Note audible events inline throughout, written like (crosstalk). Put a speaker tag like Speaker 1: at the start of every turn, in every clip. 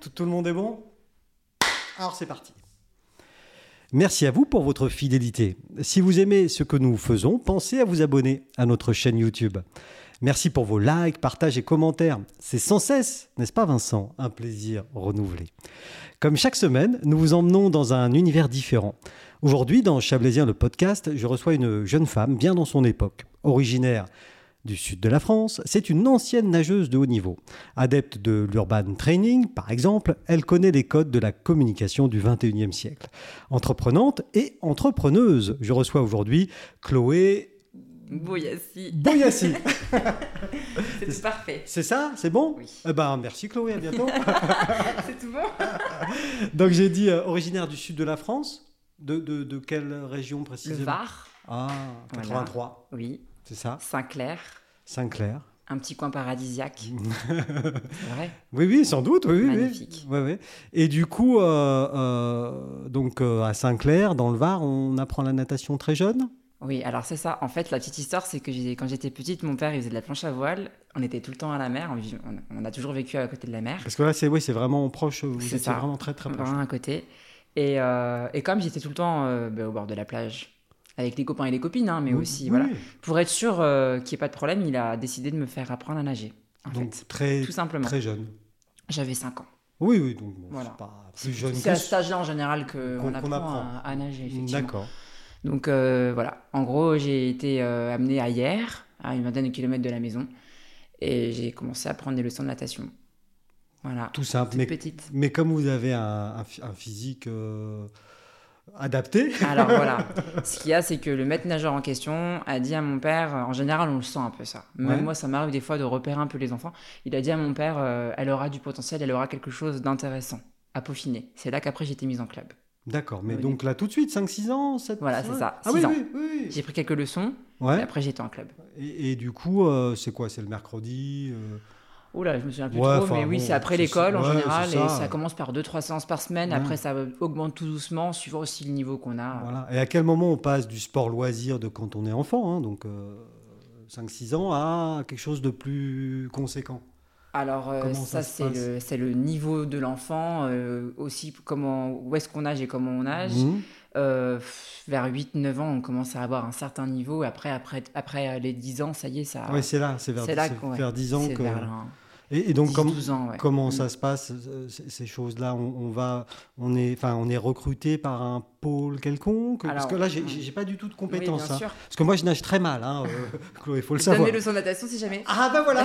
Speaker 1: Tout, tout le monde est bon Alors c'est parti. Merci à vous pour votre fidélité. Si vous aimez ce que nous faisons, pensez à vous abonner à notre chaîne YouTube. Merci pour vos likes, partages et commentaires. C'est sans cesse, n'est-ce pas Vincent Un plaisir renouvelé. Comme chaque semaine, nous vous emmenons dans un univers différent. Aujourd'hui, dans Chablaisien le podcast, je reçois une jeune femme bien dans son époque, originaire du sud de la France, c'est une ancienne nageuse de haut niveau. Adepte de l'urban training, par exemple, elle connaît les codes de la communication du 21e siècle. Entreprenante et entrepreneuse, je reçois aujourd'hui Chloé
Speaker 2: Boyassi. (laughs)
Speaker 1: Boyassi.
Speaker 2: C'est tout parfait.
Speaker 1: C'est ça C'est bon
Speaker 2: Oui.
Speaker 1: Eh ben, merci Chloé, à bientôt. Ah.
Speaker 2: C'est tout bon
Speaker 1: Donc j'ai dit euh, originaire du sud de la France. De, de- de quelle région
Speaker 2: Le
Speaker 1: précisément
Speaker 2: Var,
Speaker 1: Ah, 83,
Speaker 2: oui.
Speaker 1: c'est ça
Speaker 2: Saint-Clair,
Speaker 1: Saint-Clair.
Speaker 2: un petit
Speaker 1: (laughs)
Speaker 2: coin paradisiaque. C'est vrai.
Speaker 1: Oui, oui, sans doute, oui, oui, oui.
Speaker 2: Magnifique.
Speaker 1: Oui, oui. Et du coup, euh, euh, donc euh, à Saint-Clair, dans le Var, on apprend la natation très jeune.
Speaker 2: Oui, alors c'est ça. En fait, la petite histoire, c'est que j'ai- quand j'étais petite, mon père, il faisait de la planche à voile. On était tout le temps à la mer. On, viv- on- on a toujours vécu à côté de la mer.
Speaker 1: Parce que là, c'est oui, c'est vraiment proche. Vous
Speaker 2: C'est
Speaker 1: étiez
Speaker 2: ça.
Speaker 1: vraiment très très proche.
Speaker 2: Vraiment à côté. Et, euh, et comme j'étais tout le temps euh, ben, au bord de la plage, avec les copains et les copines, hein, mais
Speaker 1: Oui,
Speaker 2: aussi,
Speaker 1: oui.
Speaker 2: voilà. Pour être sûr euh, qu'il n'y ait pas de problème, il a décidé de me faire apprendre à nager. En
Speaker 1: Donc
Speaker 2: fait,
Speaker 1: très
Speaker 2: tout simplement.
Speaker 1: très jeune.
Speaker 2: J'avais 5 ans.
Speaker 1: Oui, oui, donc bon,
Speaker 2: Voilà.
Speaker 1: c'est pas plus jeune.
Speaker 2: C'est à
Speaker 1: que-
Speaker 2: ce stade-là en général que
Speaker 1: Qu'on-
Speaker 2: on
Speaker 1: qu'on
Speaker 2: apprend,
Speaker 1: apprend.
Speaker 2: À, à nager. Effectivement.
Speaker 1: D'accord.
Speaker 2: Donc euh, voilà, en gros, j'ai été euh, amenée à hier, à une vingtaine de kilomètres de la maison, et j'ai commencé à prendre des leçons de natation. Voilà,
Speaker 1: Tout simple.
Speaker 2: toute
Speaker 1: Mais,
Speaker 2: petite.
Speaker 1: mais comme vous avez un, un phy- un physique euh, adapté, (laughs)
Speaker 2: Alors voilà, ce qu'il y a, c'est que le maître nageur en question a dit à mon père, euh, en général, on le sent un peu ça. Même
Speaker 1: Ouais.
Speaker 2: moi, ça m'arrive des fois de repérer un peu les enfants. Il a dit à mon père, euh, elle aura du potentiel, elle aura quelque chose d'intéressant à peaufiner. C'est là qu'après j'ai été mise en club.
Speaker 1: d'accord. Mais
Speaker 2: Oui.
Speaker 1: donc là, tout de suite, 5-6 ans, 7
Speaker 2: Voilà, c'est ça,
Speaker 1: Ah
Speaker 2: six
Speaker 1: oui,
Speaker 2: ans.
Speaker 1: oui, oui, oui.
Speaker 2: J'ai pris quelques leçons, et
Speaker 1: Ouais.
Speaker 2: après j'étais en club.
Speaker 1: Et, et du coup, euh, c'est quoi C'est le mercredi euh,
Speaker 2: Oula, je me souviens plus
Speaker 1: Ouais,
Speaker 2: trop,
Speaker 1: enfin,
Speaker 2: mais oui,
Speaker 1: bon,
Speaker 2: c'est après
Speaker 1: c'est-
Speaker 2: l'école en
Speaker 1: ouais,
Speaker 2: général,
Speaker 1: c'est
Speaker 2: et
Speaker 1: ça.
Speaker 2: ça commence par 2-3 séances par semaine,
Speaker 1: Ouais.
Speaker 2: après ça augmente tout doucement, suivant aussi le niveau qu'on a.
Speaker 1: Voilà. Et à quel moment on passe du sport loisir de quand on est enfant, hein, donc 5-6 ans, à quelque chose de plus conséquent
Speaker 2: Alors euh,
Speaker 1: Comment ça
Speaker 2: ça,
Speaker 1: se
Speaker 2: c'est
Speaker 1: passe
Speaker 2: le, c'est le niveau de l'enfant, euh, aussi comment, où est-ce qu'on nage et comment on nage.
Speaker 1: Mhm.
Speaker 2: Euh, pff, vers 8-9 ans, on commence à avoir un certain niveau, et après, après, après euh, les 10 ans, ça y est, ça...
Speaker 1: Ouais, c'est là, c'est vers,
Speaker 2: Ah c'est là
Speaker 1: c'est
Speaker 2: qu'on- ouais,
Speaker 1: vers 10 ans.
Speaker 2: c'est
Speaker 1: que-
Speaker 2: vers un-
Speaker 1: Et, et donc,
Speaker 2: 10,
Speaker 1: comme-
Speaker 2: 12 ans, ouais.
Speaker 1: comment
Speaker 2: Mm.
Speaker 1: ça se passe, euh, ces, ces choses-là on, on va, on, est, enfin, on est recruté par un pôle quelconque Parce
Speaker 2: Alors,
Speaker 1: que là, j'ai
Speaker 2: mm.
Speaker 1: j'ai- j'ai pas du tout de
Speaker 2: Oui,
Speaker 1: compétences.
Speaker 2: bien
Speaker 1: hein.
Speaker 2: sûr.
Speaker 1: Parce que moi, je nage très mal, hein, euh, (laughs) Chloé, il faut le
Speaker 2: Je
Speaker 1: savoir.
Speaker 2: donne des leçons de natation si jamais.
Speaker 1: Ah bah
Speaker 2: (laughs)
Speaker 1: voilà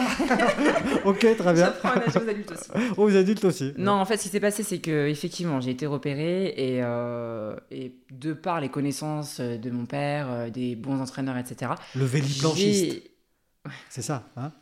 Speaker 1: Ok, très Ah, bien.
Speaker 2: J'apprends à nager aux adultes aussi.
Speaker 1: Aux adultes aussi.
Speaker 2: Non, en fait, ce qui s'est passé, c'est que effectivement, j'ai été repérée et, euh, et de par les connaissances de mon père, euh, des bons entraîneurs, etc.
Speaker 1: Le véliplanchiste,
Speaker 2: J'ai
Speaker 1: c'est ça hein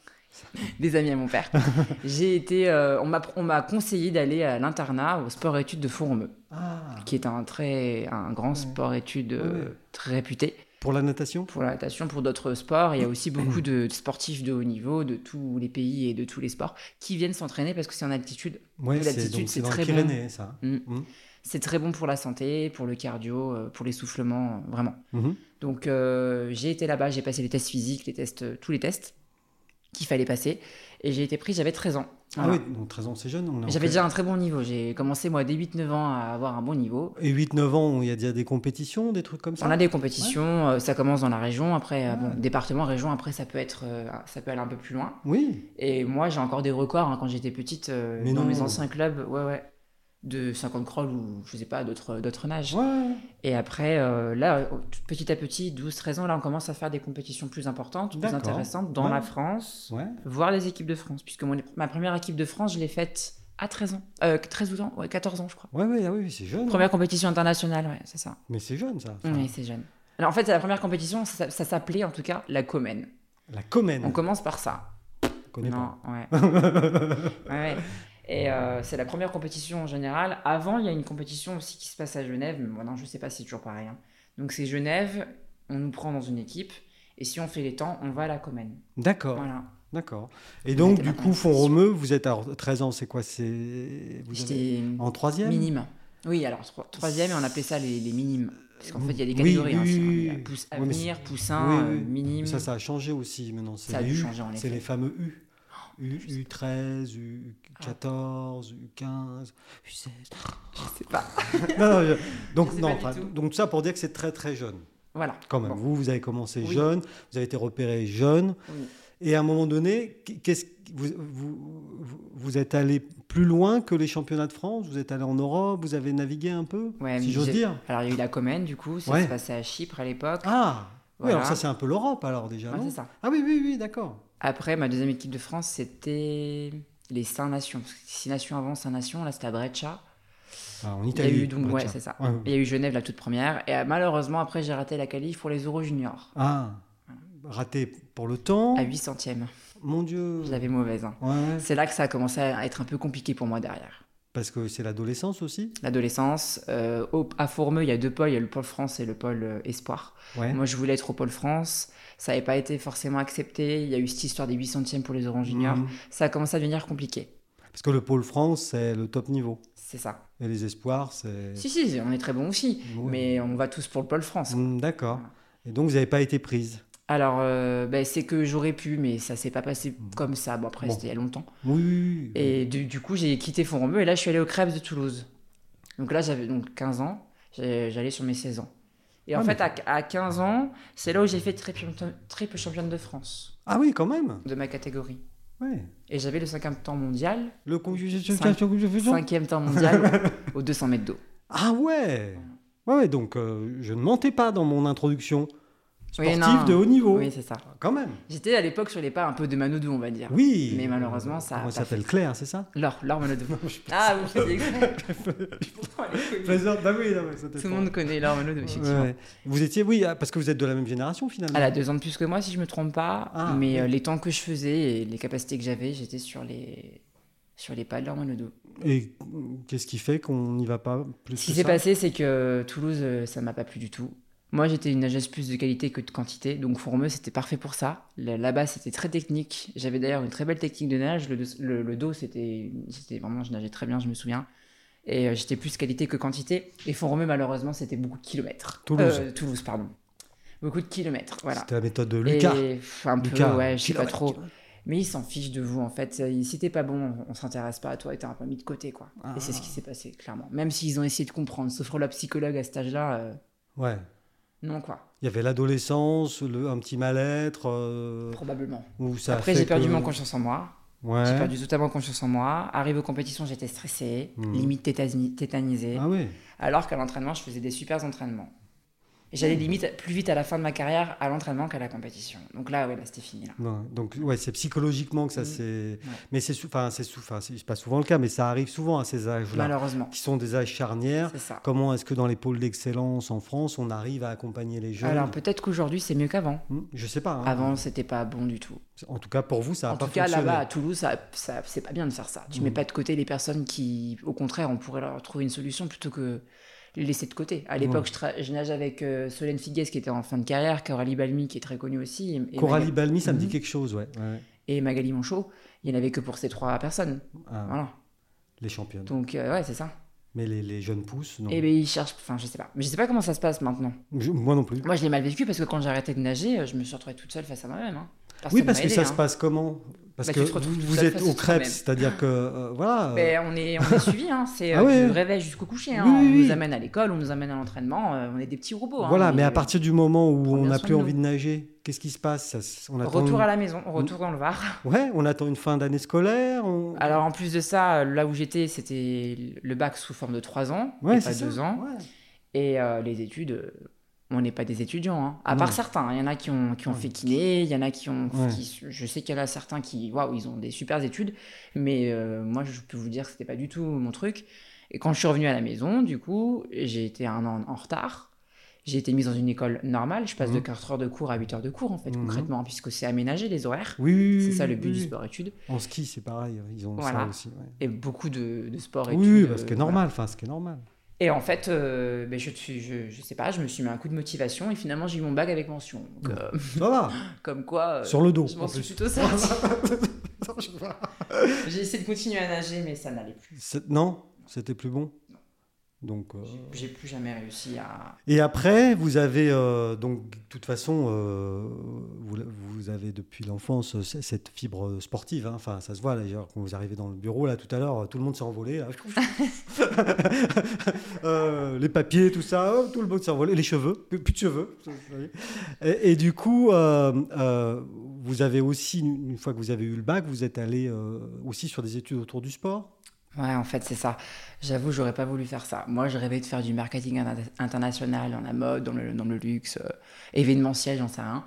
Speaker 2: des amis à mon père. (laughs) j'ai été, euh, on m'a on m'a conseillé d'aller à l'internat au sport-études de Fourmeux,
Speaker 1: Ah,
Speaker 2: qui est un très un grand sport-études euh,
Speaker 1: Ouais.
Speaker 2: très réputé
Speaker 1: Pour la natation
Speaker 2: pour la natation, pour d'autres sports. Il y a aussi beaucoup de sportifs de haut niveau de tous les pays et de tous les sports qui viennent s'entraîner parce que c'est en altitude.
Speaker 1: Oui,
Speaker 2: Et
Speaker 1: c'est
Speaker 2: l'altitude,
Speaker 1: donc c'est
Speaker 2: c'est
Speaker 1: dans les
Speaker 2: très bon.
Speaker 1: Pyrénées, ça.
Speaker 2: Mm.
Speaker 1: Mm.
Speaker 2: C'est très bon pour la santé, pour le cardio, euh, pour l'essoufflement, euh, vraiment.
Speaker 1: Mhm.
Speaker 2: Donc euh, j'ai été là-bas, j'ai passé les tests physiques, les tests, euh, tous les tests qu'il fallait passer, et j'ai été prise, j'avais 13 ans.
Speaker 1: Ah
Speaker 2: Voilà.
Speaker 1: oui, donc euh, 13 ans, c'est jeune. On est en
Speaker 2: J'avais
Speaker 1: fait-
Speaker 2: déjà un très bon niveau, j'ai commencé moi dès 8-9 ans à avoir un bon niveau.
Speaker 1: Et 8-9 ans, il y a déjà des compétitions, des trucs comme ça
Speaker 2: On a des compétitions, euh, ça commence dans la région, après euh, bon,
Speaker 1: Ah.
Speaker 2: département, région, après ça peut être, euh, ça peut aller un peu plus loin.
Speaker 1: Oui,
Speaker 2: Et moi j'ai encore des records hein, quand j'étais petite euh,
Speaker 1: Mais
Speaker 2: dans
Speaker 1: non.
Speaker 2: mes anciens clubs, ouais ouais, de 50 crawl ou je sais pas d'autres d'autres nages.
Speaker 1: ouais,
Speaker 2: Et après, euh, là, euh, tout- petit à petit, 12-13 ans, là, on commence à faire des compétitions plus importantes, plus
Speaker 1: D'accord.
Speaker 2: intéressantes dans
Speaker 1: Ouais.
Speaker 2: la France,
Speaker 1: ouais.
Speaker 2: voire les équipes de France. Puisque mon- ma première équipe de France, je l'ai faite à 13 ans. Euh, 13 ou 12 ans, ouais, 14 ans, je crois.
Speaker 1: Ouais, ouais, ah oui, c'est jeune.
Speaker 2: Première compétition internationale, ouais, c'est ça.
Speaker 1: Mais c'est jeune, ça.
Speaker 2: Oui,
Speaker 1: Enfin,
Speaker 2: c'est jeune. Alors, en fait, la première compétition, ça, ça s'appelait en tout cas la Comène.
Speaker 1: La Comène,
Speaker 2: On commence par ça.
Speaker 1: on connaît
Speaker 2: non, ouais.
Speaker 1: pas. (laughs)
Speaker 2: Ouais, ouais. Et euh, c'est la première compétition en général. Avant, il y a une compétition aussi qui se passe à Genève, mais bon, non, je sais pas si c'est toujours pareil. hein. Donc c'est Genève, on nous prend dans une équipe, et si on fait les temps, on va à la Comène.
Speaker 1: D'accord,
Speaker 2: Voilà.
Speaker 1: d'accord. Et donc,
Speaker 2: était
Speaker 1: du
Speaker 2: pas
Speaker 1: coup,
Speaker 2: mal.
Speaker 1: Font-Romeu, vous êtes à 13 ans, c'est quoi c'est... Vous avez-
Speaker 2: J'étais
Speaker 1: En troisième
Speaker 2: minime. Oui, alors tro- troisième, et on appelait ça les, les minimes. Parce qu'en fait, il y a des
Speaker 1: Oui,
Speaker 2: catégories.
Speaker 1: oui,
Speaker 2: hein, c'est-
Speaker 1: oui,
Speaker 2: il y a
Speaker 1: oui.
Speaker 2: pouce
Speaker 1: Oui, mais
Speaker 2: avenir, poussin,
Speaker 1: oui,
Speaker 2: euh,
Speaker 1: oui.
Speaker 2: minime.
Speaker 1: Ça, ça a changé aussi maintenant. C'est
Speaker 2: Ça a
Speaker 1: les
Speaker 2: dû
Speaker 1: U,
Speaker 2: changer, en
Speaker 1: C'est
Speaker 2: effet. Oh,
Speaker 1: les fameux U. U, 13
Speaker 2: Ah.
Speaker 1: U14, U15, U16.
Speaker 2: Je sais pas.
Speaker 1: Non, non, je- donc,
Speaker 2: (laughs) Je sais
Speaker 1: non,
Speaker 2: pas du
Speaker 1: enfin,
Speaker 2: tout.
Speaker 1: donc ça pour dire que c'est très très jeune.
Speaker 2: Voilà.
Speaker 1: Quand même,
Speaker 2: Bon.
Speaker 1: vous, vous avez commencé
Speaker 2: Oui.
Speaker 1: jeune, vous avez été repéré jeune,
Speaker 2: Oui.
Speaker 1: et à un moment donné, qu'est-ce que- vous, vous, vous- vous êtes allé plus loin que les championnats de France, vous êtes allé en Europe, vous avez navigué un peu,
Speaker 2: Ouais,
Speaker 1: si
Speaker 2: mais
Speaker 1: j'ose
Speaker 2: j'ai-
Speaker 1: dire.
Speaker 2: Alors, il y a eu la Comène, du coup, ça
Speaker 1: Ouais.
Speaker 2: se passait à Chypre à l'époque.
Speaker 1: Ah, oui,
Speaker 2: Voilà.
Speaker 1: alors ça c'est un peu l'Europe alors déjà,
Speaker 2: Ouais,
Speaker 1: non
Speaker 2: c'est ça.
Speaker 1: Ah oui, oui, oui, d'accord.
Speaker 2: Après, ma deuxième équipe de France, c'était les 5 nations. Parce que Six nations avant, 5 nations, là, c'était à Breccia.
Speaker 1: Ah, en
Speaker 2: Il y a
Speaker 1: Italie.
Speaker 2: eu, donc, ouais,
Speaker 1: Breccia.
Speaker 2: c'est ça.
Speaker 1: Ouais, ouais.
Speaker 2: Il y a eu Genève, la toute première. Et euh, malheureusement, après, j'ai raté la qualif pour les Euros Juniors.
Speaker 1: Ah, raté pour le temps.
Speaker 2: À 8 centièmes.
Speaker 1: Mon Dieu.
Speaker 2: Je l'avais mauvaise. hein.
Speaker 1: Ouais,
Speaker 2: C'est là que ça a commencé à être un peu compliqué pour moi derrière.
Speaker 1: parce que c'est l'adolescence aussi.
Speaker 2: L'adolescence, euh, au- à Formeux, il y a deux pôles, il y a le pôle France et le pôle euh, Espoir.
Speaker 1: Ouais.
Speaker 2: Moi, je voulais être au pôle France, ça n'avait pas été forcément accepté, il y a eu cette histoire des 8 centièmes pour les Orange Juniors,
Speaker 1: Mhm.
Speaker 2: ça a commencé à devenir compliqué.
Speaker 1: Parce que le pôle France, c'est le top niveau.
Speaker 2: C'est ça.
Speaker 1: Et les espoirs, c'est.
Speaker 2: Si, si, on est très bon aussi,
Speaker 1: Ouais.
Speaker 2: mais on va tous pour le pôle France.
Speaker 1: Mm, D'accord. Et donc, vous n'avez pas été prise.
Speaker 2: Alors, euh, ben, c'est que j'aurais pu, mais ça s'est pas passé comme ça. Bon, après,
Speaker 1: Bon.
Speaker 2: c'était il y a longtemps.
Speaker 1: Oui, Oui. oui.
Speaker 2: Et du, du coup, j'ai quitté Formeux et là, je suis allé au Crêpes de Toulouse. Donc là, j'avais donc 15 ans, j'ai- j'allais sur mes 16 ans. Et en
Speaker 1: Ah, mais-
Speaker 2: fait, à, à 15 ans, c'est là où j'ai fait triple, champion- triple championne de France,
Speaker 1: Ah oui, quand même.
Speaker 2: de ma catégorie.
Speaker 1: Ouais.
Speaker 2: Et j'avais le cinquième temps mondial,
Speaker 1: Le conjugué.
Speaker 2: Cinq- cinquième
Speaker 1: (laughs)
Speaker 2: temps mondial aux 200 mètres d'eau.
Speaker 1: Ah ouais. Ouais, ouais, donc euh, je ne mentais pas dans mon introduction.
Speaker 2: Oui,
Speaker 1: Sportif
Speaker 2: non.
Speaker 1: de haut niveau.
Speaker 2: Oui, c'est ça.
Speaker 1: Quand même.
Speaker 2: J'étais à l'époque sur les pas un peu de Manodou, on va dire.
Speaker 1: Oui.
Speaker 2: Mais malheureusement, ça a
Speaker 1: Comment elle
Speaker 2: pas
Speaker 1: s'appelle Claire, c'est ça
Speaker 2: Laure, Laure Manodou. ah, vous
Speaker 1: (laughs)
Speaker 2: faites exprès. Pourtant, elle est connue.
Speaker 1: Plaisir. Bah oui, non, mais c'était
Speaker 2: Tout le
Speaker 1: pour-
Speaker 2: monde connaît Laure Manodou, effectivement.
Speaker 1: Ouais. Vous étiez, oui, ah, parce que vous êtes de la même génération finalement.
Speaker 2: Elle a deux ans de plus que moi, si je me trompe pas.
Speaker 1: Ah,
Speaker 2: mais
Speaker 1: oui.
Speaker 2: euh, les temps que je faisais et les capacités que j'avais, j'étais sur les sur les pas de leur monodo.
Speaker 1: Et qu'est-ce qui fait qu'on n'y va pas plus
Speaker 2: Ce
Speaker 1: que
Speaker 2: qui s'est
Speaker 1: ça
Speaker 2: passé, c'est que Toulouse, euh, ça m'a pas plu du tout. Moi, j'étais une nageuse plus de qualité que de quantité, donc Formeux, c'était parfait pour ça. Là- Là-bas, c'était très technique. J'avais d'ailleurs une très belle technique de nage. Le, dos- le- le dos, c'était c'était vraiment, je nageais très bien, je me souviens. Et euh, j'étais plus qualité que quantité. Et Formeux, malheureusement, c'était beaucoup de kilomètres.
Speaker 1: Toulouse.
Speaker 2: Euh, Toulouse, pardon. Beaucoup de kilomètres, voilà.
Speaker 1: C'était la méthode de Lucas.
Speaker 2: Et, pff, un peu,
Speaker 1: Lucas,
Speaker 2: ouais, je sais pas
Speaker 1: kilomètre,
Speaker 2: trop.
Speaker 1: kilomètre.
Speaker 2: Mais ils s'en fichent de vous, en fait. Ils- Si t'es pas bon, on s'intéresse pas à toi et t'es un peu mis de côté, quoi.
Speaker 1: Ah.
Speaker 2: Et c'est ce qui s'est passé, clairement. Même s'ils ont essayé de comprendre, sauf pour la psychologue à cet âge-là, euh,
Speaker 1: Ouais.
Speaker 2: non, quoi.
Speaker 1: Il y avait l'adolescence, le- un petit mal-être. euh,
Speaker 2: Probablement.
Speaker 1: où ça
Speaker 2: Après,
Speaker 1: fait
Speaker 2: j'ai perdu
Speaker 1: que-
Speaker 2: mon confiance en moi.
Speaker 1: Ouais.
Speaker 2: J'ai perdu totalement confiance en moi. Arrive aux compétitions, j'étais stressée,
Speaker 1: Mhm.
Speaker 2: limite tétani- tétanisée.
Speaker 1: Ah oui.
Speaker 2: Alors qu'à l'entraînement, je faisais des super entraînements. Et J'allais
Speaker 1: Hmm.
Speaker 2: limite plus vite à la fin de ma carrière à l'entraînement qu'à la compétition. Donc là, ouais, là, c'était fini. Là.
Speaker 1: Non, donc ouais, c'est psychologiquement que ça
Speaker 2: Mm.
Speaker 1: c'est. Mais c'est sou- enfin c'est sou- enfin, c'est pas souvent le cas, mais ça arrive souvent à ces âges-là,
Speaker 2: Malheureusement,
Speaker 1: qui sont des âges charnières.
Speaker 2: c'est ça.
Speaker 1: Comment est-ce que dans les pôles d'excellence en France, on arrive à accompagner les jeunes
Speaker 2: Alors peut-être qu'aujourd'hui, c'est mieux qu'avant.
Speaker 1: Hmm, Je sais pas. hein.
Speaker 2: Avant, c'était pas bon du tout.
Speaker 1: En tout cas, pour vous, ça a
Speaker 2: en
Speaker 1: pas
Speaker 2: tout cas,
Speaker 1: fonctionné. Mm.
Speaker 2: là-bas, à Toulouse, ça, ça- c'est pas bien de faire ça. Tu mets pas de côté les personnes qui, au contraire, on pourrait leur trouver une solution plutôt que les laisser de côté. À l'époque, je, tra- je nage avec euh, Solène Figues, qui était en fin de carrière, Coralie Balmi, qui est très connue aussi, et, et
Speaker 1: Coralie
Speaker 2: Maga-
Speaker 1: Balmi, ça me dit
Speaker 2: Mhm.
Speaker 1: quelque chose, ouais. Ouais.
Speaker 2: et Magali Monchot. Il n'y en avait que pour ces trois personnes.
Speaker 1: Ah,
Speaker 2: Voilà.
Speaker 1: Les championnes.
Speaker 2: Donc, euh, ouais, c'est ça.
Speaker 1: Mais les, les jeunes pousses, non.
Speaker 2: Et ben, ils cherchent. Enfin, je sais pas. Mais je sais pas comment ça se passe maintenant.
Speaker 1: Je- moi non plus.
Speaker 2: Moi, je l'ai mal vécu parce que quand j'ai arrêté de nager, euh, je me suis retrouvée toute seule face à moi-même. hein. Personne
Speaker 1: Oui, parce
Speaker 2: m'a
Speaker 1: que
Speaker 2: aidée,
Speaker 1: ça
Speaker 2: hein.
Speaker 1: se passe comment Parce
Speaker 2: Bah,
Speaker 1: que
Speaker 2: tu te
Speaker 1: vous,
Speaker 2: retrouves tout
Speaker 1: vous
Speaker 2: seul
Speaker 1: êtes
Speaker 2: face
Speaker 1: au
Speaker 2: à
Speaker 1: crêpes,
Speaker 2: toi-même.
Speaker 1: c'est-à-dire que euh,
Speaker 2: (laughs)
Speaker 1: voilà. euh,
Speaker 2: Ben, on est, on est suivi, hein. c'est
Speaker 1: (laughs) Ah
Speaker 2: euh,
Speaker 1: ouais.
Speaker 2: du réveil jusqu'au coucher. hein.
Speaker 1: Oui, oui,
Speaker 2: on
Speaker 1: oui.
Speaker 2: nous amène à l'école, on nous amène à l'entraînement, euh, on est des petits robots. hein.
Speaker 1: Voilà,
Speaker 2: On
Speaker 1: mais
Speaker 2: est-
Speaker 1: à partir du moment où
Speaker 2: prend
Speaker 1: on
Speaker 2: bien
Speaker 1: n'a
Speaker 2: soin
Speaker 1: plus
Speaker 2: de
Speaker 1: envie
Speaker 2: nous.
Speaker 1: de nager, qu'est-ce qui se passe Ça s- on attend
Speaker 2: Retour
Speaker 1: une-
Speaker 2: à la maison, retour dans le Var.
Speaker 1: Ouais, on attend une fin d'année scolaire. On...
Speaker 2: Alors en plus de ça, euh, là où j'étais, c'était le bac sous forme de 3 ans,
Speaker 1: ouais,
Speaker 2: et pas
Speaker 1: c'est ça,
Speaker 2: 2 ans.
Speaker 1: ouais.
Speaker 2: Et euh, les études, euh, on n'est pas des étudiants, hein. à part
Speaker 1: Non.
Speaker 2: certains. Il y en a qui ont, qui ont
Speaker 1: Ouais.
Speaker 2: fait kiné, il y en a qui ont.
Speaker 1: Ouais.
Speaker 2: qui- je sais qu'il y en a certains qui, waouh, ils ont des super études, mais euh, moi, je peux vous dire que c'était pas du tout mon truc. Et quand je suis revenue à la maison, du coup, j'ai été un an en retard. J'ai été mise dans une école normale. Je passe de
Speaker 1: Mhm.
Speaker 2: 4 heures de cours à 8 heures de cours, en fait,
Speaker 1: Mhm.
Speaker 2: concrètement, puisque c'est aménagé les horaires.
Speaker 1: Oui, oui,
Speaker 2: C'est
Speaker 1: oui,
Speaker 2: ça le
Speaker 1: oui,
Speaker 2: but du
Speaker 1: oui.
Speaker 2: sport-études.
Speaker 1: En ski, c'est pareil, ils ont ça
Speaker 2: Voilà.
Speaker 1: aussi. ouais.
Speaker 2: Et beaucoup de, de
Speaker 1: Oui,
Speaker 2: sport-études.
Speaker 1: oui, parce que
Speaker 2: euh, voilà.
Speaker 1: normal, enfin, ce qui est normal.
Speaker 2: Et en fait, euh, ben, je, suis- je, je sais pas, je me suis mis un coup de motivation et finalement j'ai eu mon bac avec mention. Donc, euh, (laughs)
Speaker 1: Ça va,
Speaker 2: comme quoi, euh,
Speaker 1: sur le dos.
Speaker 2: je
Speaker 1: en
Speaker 2: m'en suis
Speaker 1: plus. (laughs)
Speaker 2: plutôt sortie.
Speaker 1: Non, je vois.
Speaker 2: j'ai essayé de continuer à nager, mais ça n'allait plus.
Speaker 1: C'est- Non, c'était plus bon. Donc, euh,
Speaker 2: J'ai- J'ai plus jamais réussi à.
Speaker 1: Et après, vous avez euh, donc, de toute façon, euh, vous, vous avez depuis l'enfance euh, c- cette fibre sportive. hein. Enfin, ça se voit d'ailleurs quand vous arrivez dans le bureau là tout à l'heure, tout le monde s'est envolé. là. (laughs) Euh, les papiers, tout ça, oh, tout le monde s'est envolé. Les cheveux, plus plus de cheveux. Et, et du coup, euh, euh, vous avez aussi, une une fois que vous avez eu le bac, vous êtes allé euh, aussi sur des études autour du sport.
Speaker 2: Ouais, en fait, c'est ça. J'avoue, j'aurais pas voulu faire ça. Moi, je rêvais de faire du marketing interna- international, dans la mode, dans le, dans le luxe, euh, événementiel, j'en sais rien.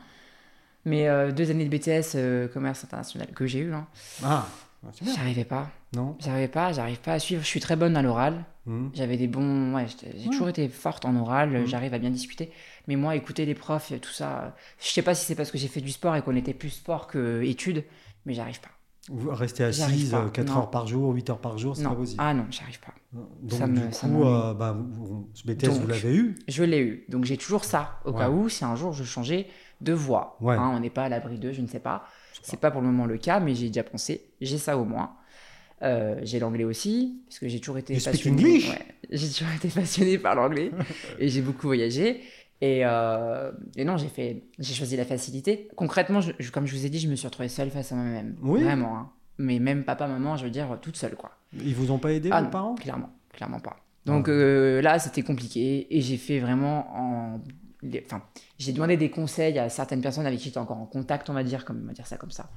Speaker 2: Mais euh, deux années de BTS, euh, commerce international, que j'ai eu, hein,
Speaker 1: Ah, c'est bien.
Speaker 2: j'arrivais pas.
Speaker 1: Non.
Speaker 2: J'arrivais pas, j'arrive pas à suivre. Je suis très bonne à l'oral.
Speaker 1: Hmm.
Speaker 2: J'avais des bons. Ouais, j'étais- j'ai
Speaker 1: Ouais.
Speaker 2: toujours été forte en oral, euh,
Speaker 1: Mhm.
Speaker 2: j'arrive à bien discuter. Mais moi, écouter les profs, euh, tout ça, euh, je sais pas si c'est parce que j'ai fait du sport et qu'on était plus sport que études, mais j'arrive pas.
Speaker 1: Vous restez
Speaker 2: J'y
Speaker 1: assise
Speaker 2: arrive pas,
Speaker 1: 4
Speaker 2: non.
Speaker 1: heures par jour, 8 heures par jour, c'est
Speaker 2: non.
Speaker 1: pas possible.
Speaker 2: Ah non, j'arrive pas.
Speaker 1: Donc
Speaker 2: ça
Speaker 1: du
Speaker 2: me- ça
Speaker 1: coup,
Speaker 2: m'ennuie.
Speaker 1: euh, bah, vous- vous- ce BTS, vous
Speaker 2: Donc.
Speaker 1: l'avez eu
Speaker 2: Je l'ai eu. Donc j'ai toujours ça, au cas
Speaker 1: Ouais.
Speaker 2: où, si un jour je changeais de voix.
Speaker 1: Ouais.
Speaker 2: Hein, on n'est pas à l'abri d'eux, je ne sais pas.
Speaker 1: Je sais
Speaker 2: C'est pas pour le moment le cas, mais j'ai déjà pensé. J'ai ça au moins. Euh, j'ai l'anglais aussi, parce que j'ai toujours été
Speaker 1: You speak
Speaker 2: passionnée.
Speaker 1: English
Speaker 2: ouais, (laughs) j'ai toujours été passionnée
Speaker 1: (laughs)
Speaker 2: par l'anglais et j'ai beaucoup voyagé. Et, euh, et non, j'ai fait, j'ai choisi la facilité. Concrètement, je- je- comme je vous ai dit, je me suis retrouvée seule face à moi-même.
Speaker 1: Oui.
Speaker 2: Vraiment. hein. Mais même papa, maman, je veux dire, toute seule, quoi.
Speaker 1: Ils vous ont pas aidé,
Speaker 2: Ah
Speaker 1: vos
Speaker 2: non,
Speaker 1: parents
Speaker 2: Clairement, clairement pas. Donc
Speaker 1: Ah.
Speaker 2: euh, là, c'était compliqué et j'ai fait vraiment en. les- Enfin, j'ai demandé des conseils à certaines personnes avec qui j'étais encore en contact, on va dire, comme, on va dire ça comme ça.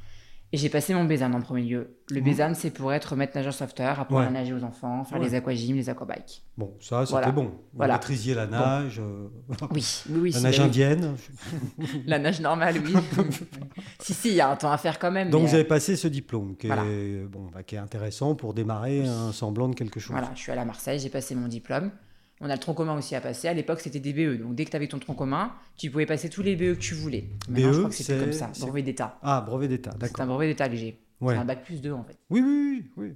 Speaker 2: Et j'ai passé mon Bézane en premier lieu. Le
Speaker 1: Mhm.
Speaker 2: Bézane, c'est pour être maître nageur sauveteur, apprendre
Speaker 1: Ouais.
Speaker 2: à nager aux enfants, faire
Speaker 1: Ouais.
Speaker 2: les aquagyms, les aquabikes.
Speaker 1: Bon, ça, c'était
Speaker 2: Voilà.
Speaker 1: bon. Vous
Speaker 2: Voilà.
Speaker 1: maîtrisiez la nage, euh,
Speaker 2: Oui, oui,
Speaker 1: (laughs)
Speaker 2: oui.
Speaker 1: la
Speaker 2: c'est-
Speaker 1: nage indienne.
Speaker 2: La nage normale,
Speaker 1: (laughs)
Speaker 2: oui. si, si, il y a un temps à faire quand même.
Speaker 1: Donc
Speaker 2: mais,
Speaker 1: vous
Speaker 2: euh,
Speaker 1: avez passé ce diplôme qui est,
Speaker 2: voilà.
Speaker 1: bon, bah, qui est intéressant pour démarrer un semblant de quelque chose.
Speaker 2: Voilà, je suis allée à Marseille, j'ai passé mon diplôme. On a le tronc commun aussi à passer. À l'époque, c'était des BE. Donc, dès que tu avais ton tronc commun, tu pouvais passer tous les BE que tu voulais. Maintenant,
Speaker 1: BE,
Speaker 2: je crois que c'est plus
Speaker 1: E, c'est-
Speaker 2: comme ça.
Speaker 1: c'est-
Speaker 2: Brevet d'État.
Speaker 1: Ah, brevet d'État,
Speaker 2: C'est
Speaker 1: d'accord.
Speaker 2: un brevet d'État que j'ai.
Speaker 1: Ouais.
Speaker 2: C'est un bac plus 2, en fait.
Speaker 1: Oui, oui, oui. oui.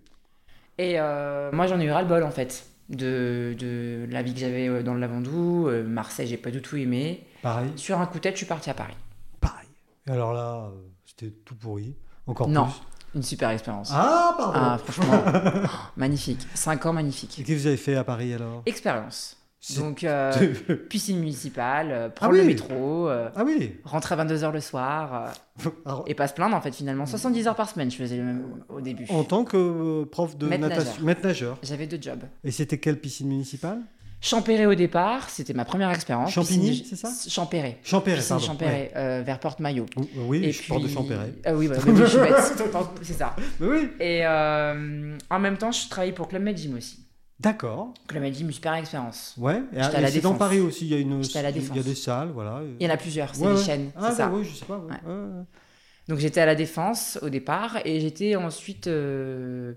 Speaker 2: Et euh, moi, j'en ai eu ras-le-bol, en fait, de, de la vie que j'avais euh, dans le Lavandou. Euh, Marseille, j'ai pas du tout aimé.
Speaker 1: Pareil,
Speaker 2: Sur un coup de tête, je suis partie à Paris.
Speaker 1: pareil. Et alors là, euh, c'était tout pourri. Encore
Speaker 2: Non.
Speaker 1: plus.
Speaker 2: Une super expérience.
Speaker 1: Ah,
Speaker 2: Ah,
Speaker 1: pardon.
Speaker 2: franchement, (laughs) oh, magnifique. 5 ans, magnifique.
Speaker 1: Et qu'est-ce que vous avez fait à Paris alors
Speaker 2: Expérience.
Speaker 1: C'est- Ah
Speaker 2: Donc, euh, piscine municipale, euh, prendre
Speaker 1: oui.
Speaker 2: le métro. euh,
Speaker 1: (laughs) Ah oui.
Speaker 2: Rentrer à 22h le soir euh,
Speaker 1: (laughs) Alors,
Speaker 2: et pas se plaindre en fait finalement. 70 heures par semaine je faisais le même au début.
Speaker 1: En tant que euh, prof de
Speaker 2: Maître
Speaker 1: natation,
Speaker 2: nageur.
Speaker 1: maître nageur.
Speaker 2: J'avais deux jobs.
Speaker 1: Et c'était quelle piscine municipale
Speaker 2: Champéret au départ, c'était ma première expérience.
Speaker 1: Champigny,
Speaker 2: Piscine-
Speaker 1: c'est ça
Speaker 2: Champéret.
Speaker 1: Champéret,
Speaker 2: Piscine
Speaker 1: pardon.
Speaker 2: Champéret, euh, vers Porte-Maillot.
Speaker 1: Ouais. Ou- euh, Oui,
Speaker 2: Et
Speaker 1: je porte de
Speaker 2: puis-
Speaker 1: Champéret.
Speaker 2: Ah oui, bah, bah oui, je suis
Speaker 1: (laughs)
Speaker 2: bête. Porte- C'est ça.
Speaker 1: Mais oui,
Speaker 2: Et euh, en même temps, je travaillais pour Club Med Gym aussi.
Speaker 1: d'accord.
Speaker 2: Club Med Gym, une super expérience.
Speaker 1: Ouais. Et,
Speaker 2: à
Speaker 1: et
Speaker 2: la
Speaker 1: c'est dans
Speaker 2: Défense.
Speaker 1: Paris aussi, il y a une,
Speaker 2: J'étais à la
Speaker 1: il y a
Speaker 2: Défense.
Speaker 1: des salles, voilà.
Speaker 2: Il y en a plusieurs, c'est
Speaker 1: Ouais,
Speaker 2: des
Speaker 1: ouais.
Speaker 2: chaînes.
Speaker 1: Ah
Speaker 2: c'est ça.
Speaker 1: oui, je sais pas. ouais,
Speaker 2: Ouais.
Speaker 1: ouais, ouais.
Speaker 2: Donc j'étais à la Défense au départ et j'étais ensuite euh,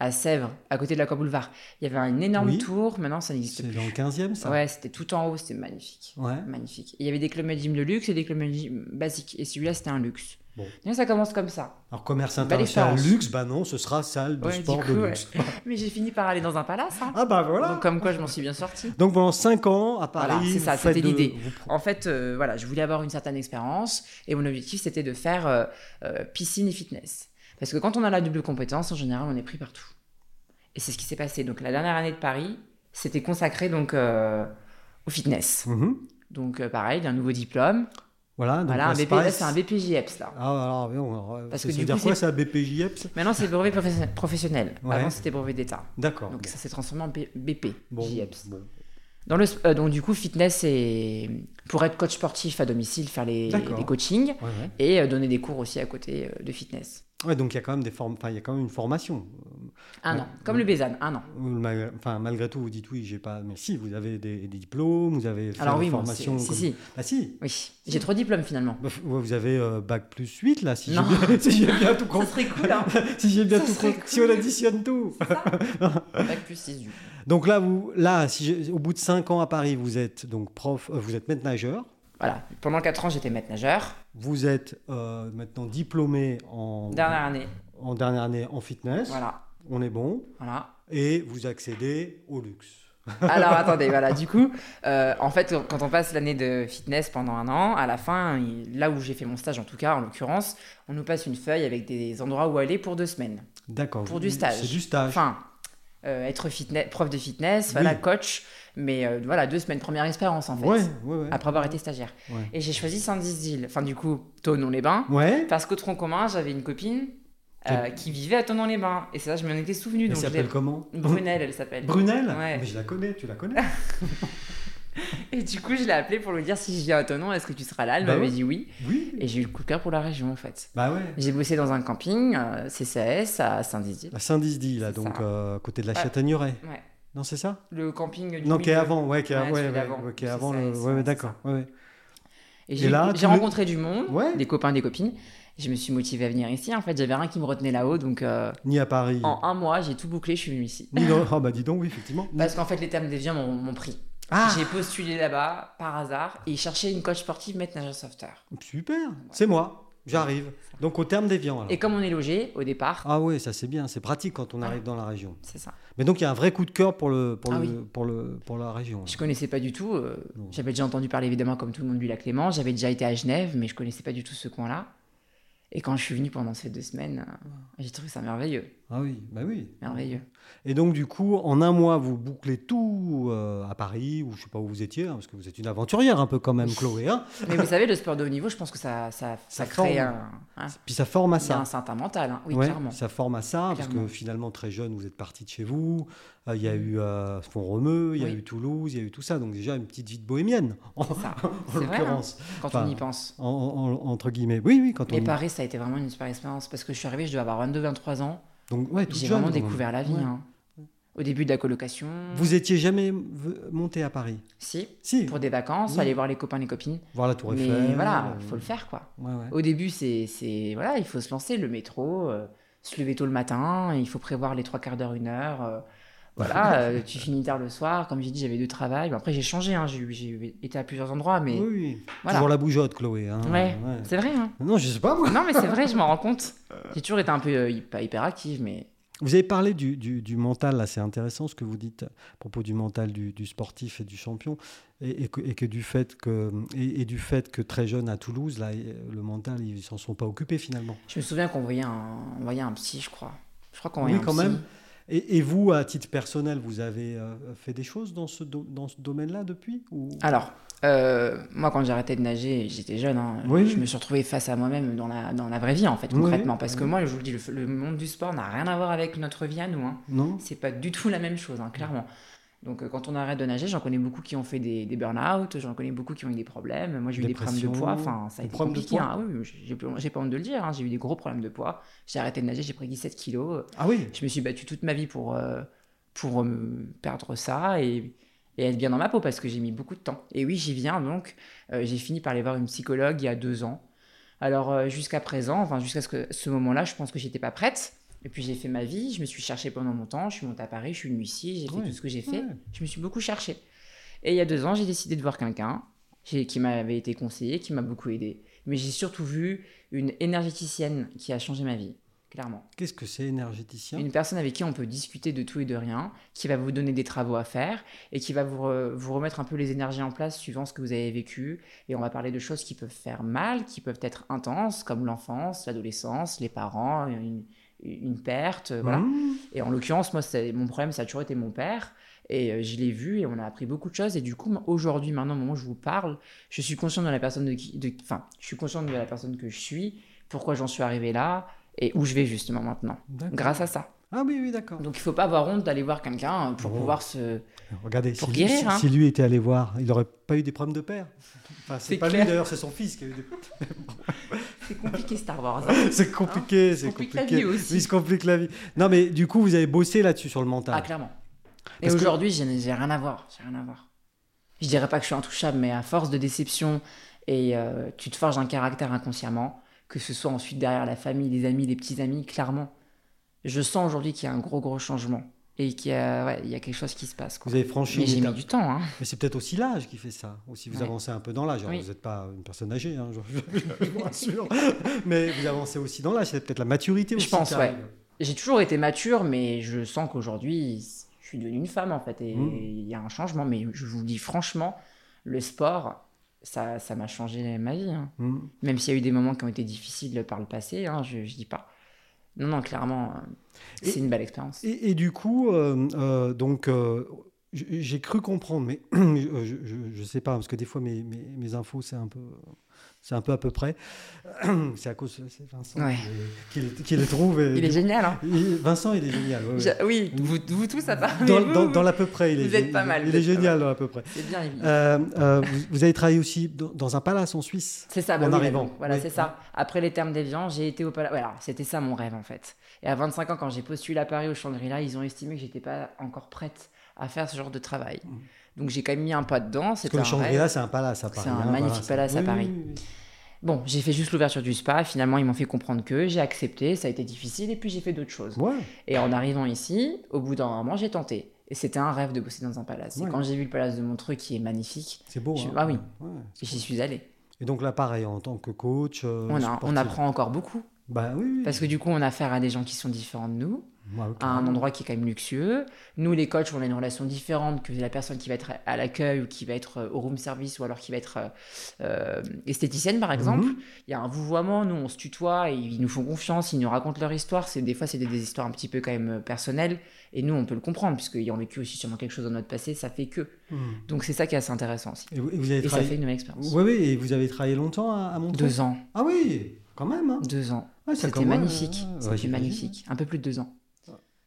Speaker 2: à Sèvres, à côté de la Boulevard. Il y avait une énorme
Speaker 1: Oui.
Speaker 2: tour, maintenant ça n'existe
Speaker 1: C'est
Speaker 2: plus.
Speaker 1: dans le 15e, ça.
Speaker 2: Ouais, c'était tout en haut, c'était magnifique.
Speaker 1: Ouais.
Speaker 2: Magnifique. Et Il y avait des clubs med gym de luxe et des clubs med gym basiques. Et celui-là, c'était un luxe.
Speaker 1: Bon.
Speaker 2: Donc, ça commence comme ça. (laughs)
Speaker 1: Alors commerce
Speaker 2: Belle
Speaker 1: international
Speaker 2: expérience.
Speaker 1: luxe, bah non, ce sera salle de
Speaker 2: Ouais, du
Speaker 1: sport
Speaker 2: coup,
Speaker 1: de
Speaker 2: ouais.
Speaker 1: luxe.
Speaker 2: Mais j'ai fini par aller dans un palace. hein.
Speaker 1: (laughs) Ah bah voilà.
Speaker 2: Donc, comme quoi, je m'en suis bien sortie.
Speaker 1: Donc pendant 5 ans à Paris,
Speaker 2: Voilà, c'est ça,
Speaker 1: vous faites
Speaker 2: c'était
Speaker 1: de-
Speaker 2: l'idée.
Speaker 1: vous pro-
Speaker 2: En fait, euh, voilà, je voulais avoir une certaine expérience. Et mon objectif, c'était de faire euh, euh, piscine et fitness. Parce que quand on a la double compétence, en général, on est pris partout. Et c'est ce qui s'est passé. Donc, la dernière année de Paris, c'était consacré donc, euh, au fitness.
Speaker 1: Mhm.
Speaker 2: Donc, euh, pareil, d'un nouveau diplôme.
Speaker 1: Voilà, donc
Speaker 2: voilà,
Speaker 1: la
Speaker 2: un BP,
Speaker 1: Spice.
Speaker 2: là, c'est un BPJEPS, E là.
Speaker 1: Ah alors, mais on- alors,
Speaker 2: Parce
Speaker 1: ça
Speaker 2: que
Speaker 1: veut
Speaker 2: du
Speaker 1: dire
Speaker 2: coup,
Speaker 1: quoi
Speaker 2: c'est-
Speaker 1: ça BPJEPS
Speaker 2: Maintenant, c'est brevet professe- professionnel.
Speaker 1: Ouais.
Speaker 2: Avant, c'était brevet d'État.
Speaker 1: D'accord.
Speaker 2: Donc, ça s'est transformé en B- BP,
Speaker 1: Bon,
Speaker 2: JEPS.
Speaker 1: bon.
Speaker 2: Dans le, sp- euh, donc, du coup, fitness, et pour être coach sportif à domicile, faire les,
Speaker 1: D'accord.
Speaker 2: les coachings
Speaker 1: Ouais, ouais.
Speaker 2: et euh, donner des cours aussi à côté euh, de fitness.
Speaker 1: Ouais, donc il y a quand même des formes, enfin il y a quand même une formation.
Speaker 2: Un
Speaker 1: Ouais.
Speaker 2: an. Comme le Bézane, un an.
Speaker 1: Euh, mal- Enfin malgré tout, vous dites oui, j'ai pas, mais si vous avez des, des diplômes, vous avez fait
Speaker 2: Alors,
Speaker 1: des
Speaker 2: oui, moi, c'est-
Speaker 1: formations.
Speaker 2: si,
Speaker 1: comme-
Speaker 2: si.
Speaker 1: Ah si.
Speaker 2: Oui. J'ai trois diplômes finalement.
Speaker 1: Bah, f- ouais, Vous avez euh, bac plus 8 là, si j'ai
Speaker 2: Non.
Speaker 1: bien, (laughs) si j'ai bien tout
Speaker 2: Ça
Speaker 1: compris.
Speaker 2: serait cool, hein
Speaker 1: (laughs) Si j'ai bien
Speaker 2: Ça
Speaker 1: tout
Speaker 2: serait
Speaker 1: compris, si on
Speaker 2: cool.
Speaker 1: additionne tout.
Speaker 2: Bac plus 6 du coup.
Speaker 1: Donc là, vous, là, si j'ai- au bout de 5 ans à Paris, vous êtes donc prof, euh, vous êtes maître nageur,
Speaker 2: Voilà. Pendant 4 ans, j'étais maître nageur.
Speaker 1: vous êtes euh, maintenant diplômé en
Speaker 2: Dernière année.
Speaker 1: en dernière année en fitness.
Speaker 2: Voilà.
Speaker 1: On est bon
Speaker 2: Voilà.
Speaker 1: et vous accédez au luxe.
Speaker 2: Alors attendez, voilà, du coup, euh, en fait, quand on passe l'année de fitness pendant un an, à la fin, il- là où j'ai fait mon stage en tout cas, en l'occurrence, on nous passe une feuille avec des endroits où aller pour deux semaines.
Speaker 1: D'accord.
Speaker 2: Pour du stage.
Speaker 1: C'est du stage.
Speaker 2: Enfin, euh, être fitness, prof de fitness, voilà, coach, mais euh, voilà, deux semaines première expérience en fait,
Speaker 1: Ouais, ouais, ouais.
Speaker 2: après avoir été stagiaire.
Speaker 1: Ouais.
Speaker 2: Et j'ai choisi Saint-Dizier, enfin du coup, Tonon-les-Bains,
Speaker 1: Ouais.
Speaker 2: parce qu'au tronc commun, j'avais une copine euh, qui vivait à Tonon-les-Bains, et ça, je m'en étais souvenu.
Speaker 1: Elle
Speaker 2: Donc je
Speaker 1: s'appelle
Speaker 2: l'ai-
Speaker 1: comment
Speaker 2: Brunel, elle
Speaker 1: (laughs)
Speaker 2: s'appelle.
Speaker 1: Brunel Ah,
Speaker 2: Ouais.
Speaker 1: Mais je la connais, tu la
Speaker 2: (laughs)
Speaker 1: connais
Speaker 2: Et du coup, je l'ai appelée pour lui dire si je viens à Tonon, est-ce que tu seras là Elle
Speaker 1: Bah
Speaker 2: m'avait
Speaker 1: ouais.
Speaker 2: dit oui,
Speaker 1: Oui.
Speaker 2: et j'ai eu le coup de cœur pour la région en fait.
Speaker 1: Bah ouais.
Speaker 2: J'ai bossé dans un camping, euh, CCAS, à Saint-Dizier.
Speaker 1: La Saint-Dizdy, là,
Speaker 2: C'est
Speaker 1: donc
Speaker 2: ça.
Speaker 1: euh, à côté de la
Speaker 2: Ah.
Speaker 1: Châtaigneraie.
Speaker 2: Ouais.
Speaker 1: Non, c'est ça
Speaker 2: Le camping du
Speaker 1: Non, qui est
Speaker 2: milieu.
Speaker 1: avant, ouais, qui est,
Speaker 2: Ouais,
Speaker 1: ouais,
Speaker 2: celui
Speaker 1: ouais,
Speaker 2: d'avant.
Speaker 1: ouais, qui est
Speaker 2: C'est
Speaker 1: avant
Speaker 2: ça,
Speaker 1: le-
Speaker 2: c'est
Speaker 1: ouais,
Speaker 2: ça,
Speaker 1: ouais, d'accord. ouais, ouais.
Speaker 2: Et j'ai
Speaker 1: là,
Speaker 2: j'ai
Speaker 1: tu le-
Speaker 2: rencontré du monde,
Speaker 1: Ouais.
Speaker 2: des copains, des copines. Je me suis motivée à venir ici. En fait, j'avais rien qui me retenait là-haut. Donc, euh,
Speaker 1: Ni à Paris.
Speaker 2: en un mois, j'ai tout bouclé. Je suis venue ici.
Speaker 1: Ni
Speaker 2: (laughs)
Speaker 1: dans... Ah bah dis donc, oui, effectivement. Ni-
Speaker 2: Parce qu'en fait, les termes des viens m'ont m'ont pris.
Speaker 1: Ah,
Speaker 2: J'ai postulé là-bas par hasard et ils cherchaient une coach sportive maître nageur sauveteur.
Speaker 1: super, c'est moi, j'arrive. Donc au terme des viands, alors.
Speaker 2: Et comme on est logé au départ,
Speaker 1: Ah ouais, ça c'est bien, c'est pratique quand on arrive dans la région.
Speaker 2: c'est ça.
Speaker 1: Mais donc il y a un vrai coup de cœur pour, le, pour,
Speaker 2: Ah
Speaker 1: le,
Speaker 2: oui.
Speaker 1: pour, le, pour la région.
Speaker 2: Je connaissais pas du tout. euh,
Speaker 1: Non.
Speaker 2: J'avais déjà entendu parler évidemment comme tout le monde du lac Léman. J'avais déjà été à Genève, mais je connaissais pas du tout ce coin-là. Et quand je suis venue pendant ces deux semaines, euh, j'ai trouvé ça merveilleux,
Speaker 1: Ah oui, bah oui.
Speaker 2: merveilleux.
Speaker 1: Et donc du coup, en un mois, vous bouclez tout euh, à Paris, ou je sais pas où vous étiez, hein, parce que vous êtes une aventurière un peu quand même, Chloé. hein.
Speaker 2: Mais vous savez, le sport de haut niveau, je pense que ça, ça,
Speaker 1: Ça
Speaker 2: ça crée
Speaker 1: forme.
Speaker 2: un, un-
Speaker 1: Puis ça forme à
Speaker 2: il y a
Speaker 1: ça.
Speaker 2: un certain mental, hein. Ah. oui,
Speaker 1: Ouais,
Speaker 2: clairement.
Speaker 1: Ça forme à ça, parce que
Speaker 2: Clairement.
Speaker 1: finalement, très jeune, vous êtes parti de chez vous. Euh, Il y a eu euh, Font-Romeu, il y a
Speaker 2: Oui.
Speaker 1: eu Toulouse, il y a eu tout ça. Donc déjà, une petite vie de bohémienne, (laughs) en,
Speaker 2: C'est ça,
Speaker 1: en
Speaker 2: c'est vrai, hein.
Speaker 1: l'occurrence.
Speaker 2: quand
Speaker 1: Enfin,
Speaker 2: on y pense.
Speaker 1: En- en- entre guillemets. Oui, oui, quand on...
Speaker 2: Mais Paris, ça a été vraiment une super expérience parce que je suis arrivée, je devais avoir 22-23 ans.
Speaker 1: Donc, ouais, toute
Speaker 2: J'ai
Speaker 1: jeune,
Speaker 2: vraiment
Speaker 1: quand même.
Speaker 2: découvert la vie.
Speaker 1: Ouais.
Speaker 2: hein. Au début de la colocation.
Speaker 1: Vous étiez jamais v- monté à Paris
Speaker 2: Si,
Speaker 1: Si,
Speaker 2: pour des vacances,
Speaker 1: Oui.
Speaker 2: aller voir les copains, les copines.
Speaker 1: voir la Tour
Speaker 2: Mais
Speaker 1: Eiffel.
Speaker 2: voilà,
Speaker 1: euh,
Speaker 2: faut le faire quoi.
Speaker 1: ouais, ouais.
Speaker 2: Au début, c'est, c'est voilà, il faut se lancer, le métro, euh, se lever tôt le matin, il faut prévoir les trois quarts d'heure, une heure. euh, voilà,
Speaker 1: (laughs)
Speaker 2: euh, tu finis tard le soir. Comme j'ai dit, j'avais deux travails. Bon, après, j'ai changé, hein, j'ai, eu- j'ai eu- été à plusieurs endroits, mais
Speaker 1: Oui, oui.
Speaker 2: voilà.
Speaker 1: Toujours la bougeotte, Chloé. hein.
Speaker 2: Ouais,
Speaker 1: Ouais.
Speaker 2: c'est vrai. hein.
Speaker 1: Non, je sais pas, moi.
Speaker 2: Non, mais c'est vrai, je m'en rends compte. J'ai toujours été un peu euh, hy- pas hyperactive, mais
Speaker 1: Vous avez parlé du, du- du mental, là, c'est intéressant ce que vous dites à propos du mental du, du sportif et du champion, et, et que, et que du fait que, et, et du fait que très jeune à Toulouse, là, euh, le mental, ils s'en sont pas occupés finalement.
Speaker 2: je me souviens qu'on voyait un, on voyait un psy, je crois. Je crois qu'on
Speaker 1: Oui,
Speaker 2: voyait un
Speaker 1: quand
Speaker 2: psy.
Speaker 1: même. Et, et vous, à titre personnel, vous avez euh, fait des choses dans ce, do- dans ce domaine-là depuis ou...
Speaker 2: Alors, euh, moi, quand j'ai arrêté de nager, j'étais jeune. hein,
Speaker 1: Oui.
Speaker 2: Je me suis retrouvée face à moi-même dans la, dans la vraie vie, en fait,
Speaker 1: Oui,
Speaker 2: concrètement.
Speaker 1: oui.
Speaker 2: Parce que moi, je vous le dis, le, le monde du sport n'a rien à voir avec notre vie à nous. hein.
Speaker 1: Non
Speaker 2: C'est pas du tout la même chose, hein, clairement. Donc, euh, quand on arrête de nager, j'en connais beaucoup qui ont fait des, des burn-out, j'en connais beaucoup qui ont eu des problèmes. Moi, j'ai eu des problèmes de
Speaker 1: Dépression,
Speaker 2: poids. Enfin, ça a
Speaker 1: des
Speaker 2: été
Speaker 1: problèmes de
Speaker 2: compliqué.
Speaker 1: poids
Speaker 2: hein. Ah oui, j'ai j'ai pas honte de le dire. hein, J'ai eu des gros problèmes de poids. J'ai arrêté de nager, j'ai pris 17 kilos. euh,
Speaker 1: Ah oui
Speaker 2: Je me suis battue toute ma vie pour, euh, pour me perdre ça et, et être bien dans ma peau parce que j'ai mis beaucoup de temps. Et oui, j'y viens donc. Euh, j'ai fini par aller voir une psychologue il y a deux ans. Alors euh, jusqu'à présent, enfin jusqu'à ce, que- ce moment-là, je pense que j'étais pas prête. Et puis j'ai fait ma vie, je me suis cherchée pendant longtemps, je suis montée à Paris, je suis venue ici, j'ai
Speaker 1: Ouais.
Speaker 2: fait tout ce que j'ai fait.
Speaker 1: Ouais.
Speaker 2: Je me suis beaucoup cherchée. Et il y a deux ans, j'ai décidé de voir quelqu'un j'ai- qui m'avait été conseillé, qui m'a beaucoup aidé. Mais j'ai surtout vu une énergéticienne qui a changé ma vie, clairement.
Speaker 1: Qu'est-ce que c'est énergéticien
Speaker 2: Une personne avec qui on peut discuter de tout et de rien, qui va vous donner des travaux à faire et qui va vous, re- vous remettre un peu les énergies en place suivant ce que vous avez vécu. Et on va parler de choses qui peuvent faire mal, qui peuvent être intenses, comme l'enfance, l'adolescence, les parents, une, une perte. euh, Voilà.
Speaker 1: Mmh.
Speaker 2: Et en l'occurrence, moi, c'est- mon problème, ça a toujours été mon père. Et euh, je l'ai vu et on a appris beaucoup de choses. Et du coup, moi, aujourd'hui, maintenant, au moment où je vous parle, je suis conscient de la personne de qui, de- enfin, je suis conscient de la personne que je suis, pourquoi j'en suis arrivé là et où je vais justement maintenant,
Speaker 1: D'accord.
Speaker 2: grâce à ça.
Speaker 1: Ah oui, oui, d'accord.
Speaker 2: Donc il faut pas avoir honte d'aller voir quelqu'un euh, pour
Speaker 1: Bon.
Speaker 2: pouvoir se.
Speaker 1: Regardez,
Speaker 2: Pour
Speaker 1: si,
Speaker 2: guérir,
Speaker 1: si-
Speaker 2: hein.
Speaker 1: si lui était allé voir, il n'aurait pas eu des problèmes de père. Enfin, c'est
Speaker 2: C'est
Speaker 1: pas lui
Speaker 2: clair.
Speaker 1: d'ailleurs, c'est son fils qui a eu des
Speaker 2: C'est compliqué Star Wars. hein.
Speaker 1: (laughs) C'est compliqué, c'est
Speaker 2: complique
Speaker 1: compliqué.
Speaker 2: la vie aussi.
Speaker 1: Il se complique la vie. Non, mais du coup, vous avez bossé là-dessus sur le mental.
Speaker 2: Ah clairement. Et
Speaker 1: Parce que-
Speaker 2: aujourd'hui, j'ai j'ai rien à voir. J'ai rien à voir. Je dirais pas que je suis intouchable, mais à force de déception et euh, tu te forges un caractère inconsciemment, que ce soit ensuite derrière la famille, les amis, les petits amis, clairement, je sens aujourd'hui qu'il y a un gros gros changement et qu'il y a ouais, il y a quelque chose qui se passe. Quoi.
Speaker 1: Vous avez franchi
Speaker 2: Mais
Speaker 1: une
Speaker 2: j'ai mis
Speaker 1: étape.
Speaker 2: du temps. Hein.
Speaker 1: Mais c'est peut-être aussi l'âge qui fait ça. Ou si vous
Speaker 2: Ouais.
Speaker 1: avancez un peu dans l'âge. Alors,
Speaker 2: Oui.
Speaker 1: Vous n'êtes pas une personne âgée, hein, je,
Speaker 2: Euh,
Speaker 1: je- je vous rassure. (laughs) mais vous avancez aussi dans l'âge. C'est peut-être la maturité
Speaker 2: Je
Speaker 1: aussi.
Speaker 2: pense,
Speaker 1: qui
Speaker 2: ouais.
Speaker 1: arrive.
Speaker 2: J'ai toujours été mature, mais je sens qu'aujourd'hui, je suis devenue une femme, en fait, et
Speaker 1: Mm.
Speaker 2: il y a un changement. Mais je vous le dis franchement, le sport, ça ça m'a changé ma vie. hein.
Speaker 1: Mm.
Speaker 2: Même s'il y a eu des moments qui ont été difficiles par le passé, hein, je, je dis pas. Non, non, clairement, euh, c'est
Speaker 1: Et-
Speaker 2: une belle expérience.
Speaker 1: Et, et du coup, euh, euh, donc, euh, j- j'ai cru comprendre, mais (clears throat) euh, je ne sais pas, parce que des fois, mes, mes, mes infos, c'est un peu. C'est un peu à peu près. (clears throat) C'est à cause de c'est Vincent
Speaker 2: Ouais.
Speaker 1: qui, les- qui les trouve. et-
Speaker 2: Il est génial, hein
Speaker 1: il- Vincent, il est génial. ouais, ouais.
Speaker 2: J'a- Oui, vous, vous tous, à part. Ah, mais
Speaker 1: Dans,
Speaker 2: vous,
Speaker 1: dans-
Speaker 2: vous-
Speaker 1: dans l'à peu près, il est,
Speaker 2: vous êtes pas
Speaker 1: il-
Speaker 2: mal,
Speaker 1: Il
Speaker 2: vous
Speaker 1: est
Speaker 2: êtes pas
Speaker 1: génial dans l'à peu près.
Speaker 2: C'est bien, évident.
Speaker 1: Euh, euh, vous, vous avez travaillé aussi dans, dans un palace en Suisse.
Speaker 2: C'est ça,
Speaker 1: En
Speaker 2: bah oui,
Speaker 1: arrivant.
Speaker 2: bah oui, Voilà,
Speaker 1: Oui.
Speaker 2: c'est ça. Après les termes d'évian, j'ai été au palais. Voilà, c'était ça mon rêve en fait. Et à 25 ans, quand j'ai postulé à Paris au Chandrila, ils ont estimé que j'étais pas encore prête à faire ce genre de travail. Donc j'ai quand même mis un pas dedans.
Speaker 1: Mm. Parce
Speaker 2: C'était
Speaker 1: que le
Speaker 2: un rêve.
Speaker 1: Shangri-La, c'est un palace à Paris. hein,
Speaker 2: C'est un magnifique palace à
Speaker 1: Oui,
Speaker 2: Paris.
Speaker 1: oui, oui.
Speaker 2: Bon, j'ai fait juste l'ouverture du spa. Finalement, ils m'ont fait comprendre que j'ai accepté. Ça a été difficile et puis j'ai fait d'autres choses.
Speaker 1: Ouais.
Speaker 2: Et en arrivant ici, au bout d'un moment, j'ai tenté. Et c'était un rêve de bosser dans un palace.
Speaker 1: Ouais.
Speaker 2: Et quand j'ai vu le palace de Montreux qui est magnifique,
Speaker 1: C'est beau.
Speaker 2: Je-
Speaker 1: hein.
Speaker 2: ah oui.
Speaker 1: Ouais.
Speaker 2: j'y suis allée.
Speaker 1: Et donc là, pareil, en tant que coach. euh,
Speaker 2: On, a- on
Speaker 1: sportif.
Speaker 2: apprend encore beaucoup.
Speaker 1: Bah oui. oui.
Speaker 2: Parce que du coup, on a affaire à des gens qui sont différents de nous.
Speaker 1: Ouais,
Speaker 2: à un
Speaker 1: carrément.
Speaker 2: endroit qui est quand même luxueux. Nous, les coachs, on a une relation différente que la personne qui va être à l'accueil ou qui va être euh, au room service ou alors qui va être euh, euh, esthéticienne, par exemple.
Speaker 1: Mhm.
Speaker 2: Il y a un vouvoiement, nous, on se tutoie, et ils nous font confiance, ils nous racontent leur histoire. C'est, des fois, c'est des, des histoires un petit peu quand même euh, personnelles et nous, on peut le comprendre puisqu'ayant vécu aussi sûrement quelque chose dans notre passé, ça fait que.
Speaker 1: Mm.
Speaker 2: Donc, c'est ça qui est assez intéressant aussi.
Speaker 1: Et vous, et vous avez
Speaker 2: Et ça fait
Speaker 1: travaillé.
Speaker 2: une nouvelle expérience.
Speaker 1: Oui, oui, et vous avez travaillé longtemps à, à Montreux
Speaker 2: Deux ans,
Speaker 1: Ah oui, quand même. hein.
Speaker 2: deux ans.
Speaker 1: Ouais, ça
Speaker 2: C'était
Speaker 1: commence,
Speaker 2: magnifique,
Speaker 1: euh, ouais, ouais,
Speaker 2: c'était
Speaker 1: j'imagine.
Speaker 2: magnifique. Un peu plus de deux ans.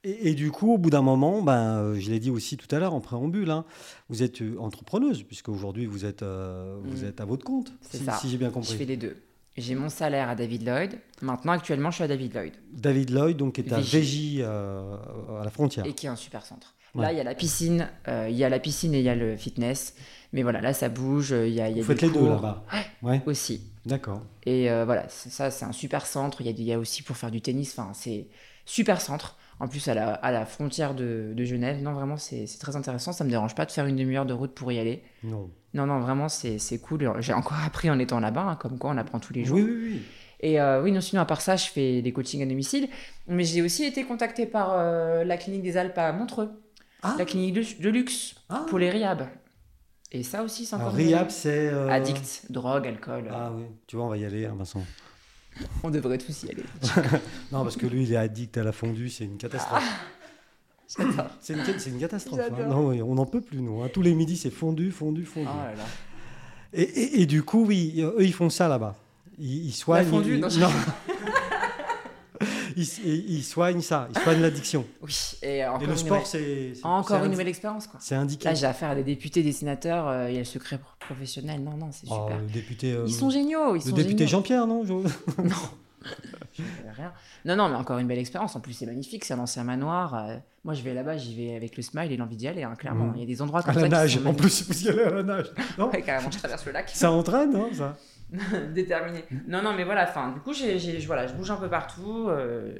Speaker 1: Et, et du coup, au bout d'un moment, ben, euh, je l'ai dit aussi tout à l'heure en préambule, hein, vous êtes euh, entrepreneuse, puisque aujourd'hui vous, êtes, euh, vous
Speaker 2: Mm.
Speaker 1: êtes à votre compte,
Speaker 2: C'est
Speaker 1: si,
Speaker 2: ça.
Speaker 1: si j'ai bien
Speaker 2: Je fais
Speaker 1: compris.
Speaker 2: les deux. J'ai mon salaire à David Lloyd. Maintenant, actuellement, je suis à David Lloyd
Speaker 1: David Lloyd, donc, est à
Speaker 2: Vigie.
Speaker 1: Végie, euh, à la frontière.
Speaker 2: et qui est un super centre.
Speaker 1: Ouais.
Speaker 2: Là, il y a la piscine, euh, il y a la piscine et il y a le fitness. Mais voilà, là, ça bouge. euh, Il y a, il y a
Speaker 1: vous faites
Speaker 2: des
Speaker 1: les deux
Speaker 2: cours
Speaker 1: là-bas. Ouais,
Speaker 2: aussi.
Speaker 1: d'accord.
Speaker 2: Et euh, voilà, c'est- ça, c'est un super centre. Il y a, du- il y a aussi pour faire du tennis. Enfin, c'est super centre. En plus, à la, à la frontière de, de Genève. Non, vraiment, c'est c'est très intéressant. Ça me dérange pas de faire une demi-heure de route pour y aller.
Speaker 1: Non.
Speaker 2: Non, non, vraiment, c'est c'est cool. J'ai encore (laughs) appris en étant là-bas, hein, comme quoi on apprend tous les
Speaker 1: Oui,
Speaker 2: jours.
Speaker 1: oui, oui.
Speaker 2: Et euh, oui, non, sinon, à part ça, je fais des coachings à domicile. Mais j'ai aussi été contactée par euh, la clinique des Alpes à Montreux,
Speaker 1: Ah,
Speaker 2: la clinique de, de luxe
Speaker 1: ah.
Speaker 2: pour les RIAB. Et ça aussi, c'est
Speaker 1: Alors,
Speaker 2: encore.
Speaker 1: Rehab, c'est. euh,
Speaker 2: Addict, drogue, alcool.
Speaker 1: Ah oui, tu vois, on va y aller, hein, Vincent.
Speaker 2: On devrait tous y aller.
Speaker 1: Non, parce que lui, il est addict à la fondue, c'est une catastrophe.
Speaker 2: (laughs)
Speaker 1: C'est une, c'est une catastrophe. hein.
Speaker 2: Ah. J'adore.
Speaker 1: Non, on n'en peut plus, nous. hein. Tous les midis, c'est fondu, fondu, fondu.
Speaker 2: Ah là là.
Speaker 1: Et, et- et du coup, oui, eux, ils font ça là-bas. Ils, ils soignent.
Speaker 2: La fondue,
Speaker 1: ils,
Speaker 2: non, je-
Speaker 1: non. (laughs) ils, ils- ils soignent ça, ils soignent l'addiction.
Speaker 2: Oui, et encore
Speaker 1: Et
Speaker 2: une
Speaker 1: le
Speaker 2: nouvelle,
Speaker 1: sport, c'est. c'est-
Speaker 2: encore
Speaker 1: c'est
Speaker 2: une
Speaker 1: indi-
Speaker 2: nouvelle expérience, quoi.
Speaker 1: C'est indiqué.
Speaker 2: Là, j'ai affaire à des députés, des sénateurs, euh, il y a le secret pro- professionnel. Non, non, c'est
Speaker 1: Oh,
Speaker 2: super.
Speaker 1: le député. euh,
Speaker 2: Ils sont géniaux, ils
Speaker 1: le
Speaker 2: sont
Speaker 1: député
Speaker 2: géniaux.
Speaker 1: Jean-Pierre, non je-
Speaker 2: Euh, Rien. Non, non, mais encore une belle expérience. En plus, c'est magnifique, c'est un ancien manoir. euh, moi, je vais là-bas, j'y vais avec le smile et l'envie d'y aller, hein, clairement.
Speaker 1: Mm.
Speaker 2: Il y a des endroits
Speaker 1: À
Speaker 2: comme ça.
Speaker 1: la
Speaker 2: qui
Speaker 1: nage,
Speaker 2: sont
Speaker 1: en
Speaker 2: magnifiques.
Speaker 1: plus, vous y allez à la nage. Non
Speaker 2: Ouais, carrément, je traverse le lac.
Speaker 1: Ça entraîne, non ça
Speaker 2: (laughs) déterminé. Non, non, mais voilà, enfin, du coup, j'ai, j'ai- je- voilà, je bouge un peu partout. euh,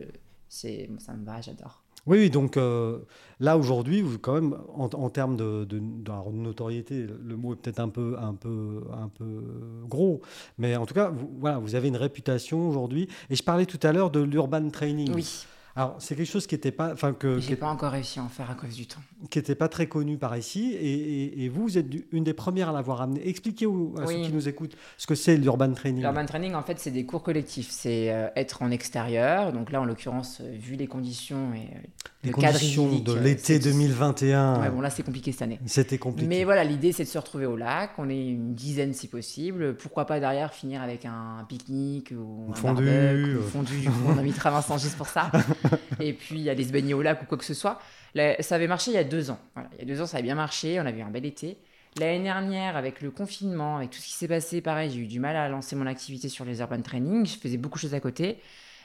Speaker 2: c'est, ça me va, j'adore.
Speaker 1: Oui, oui, donc euh, là aujourd'hui, vous quand même en, en termes de, de- de- alors, de notoriété, le mot est peut-être un peu, un peu, un peu gros, mais en tout cas, vous, voilà, vous avez une réputation aujourd'hui. Et je parlais tout à l'heure de l'urban training.
Speaker 2: Oui,
Speaker 1: Alors c'est quelque chose qui n'était pas, enfin que, qui,
Speaker 2: j'ai pas encore réussi à en faire à cause du temps.
Speaker 1: qui était pas très connu par ici, et, et- et vous, vous êtes du- une des premières à l'avoir amené. Expliquez aux- à ceux
Speaker 2: Oui.
Speaker 1: qui nous écoutent ce que c'est l'urban training.
Speaker 2: L'urban training, en fait, c'est des cours collectifs. C'est euh, être en extérieur. Donc là, en l'occurrence, euh, vu les conditions et euh,
Speaker 1: Les
Speaker 2: le cadre
Speaker 1: conditions
Speaker 2: idyllique,
Speaker 1: de
Speaker 2: euh,
Speaker 1: l'été
Speaker 2: c'est-
Speaker 1: 2021,
Speaker 2: Ouais, bon, là, c'est compliqué cette année.
Speaker 1: c'était compliqué.
Speaker 2: Mais voilà, l'idée c'est de se retrouver au lac, on est une dizaine si possible. Pourquoi pas derrière finir avec un pique-nique ou
Speaker 1: Une
Speaker 2: un
Speaker 1: fondue,
Speaker 2: barbecue,
Speaker 1: euh.
Speaker 2: une fondue, du coup
Speaker 1: (laughs)
Speaker 2: on invitera Vincent juste pour ça. Et puis aller se baigner au lac ou quoi que ce soit. Là, ça avait marché il y a deux ans. Voilà, il y a deux ans ça avait bien marché, on avait eu un bel été. L'année dernière, avec le confinement, avec tout ce qui s'est passé, pareil, j'ai eu du mal à lancer mon activité sur les urban training. Je faisais beaucoup de choses à côté.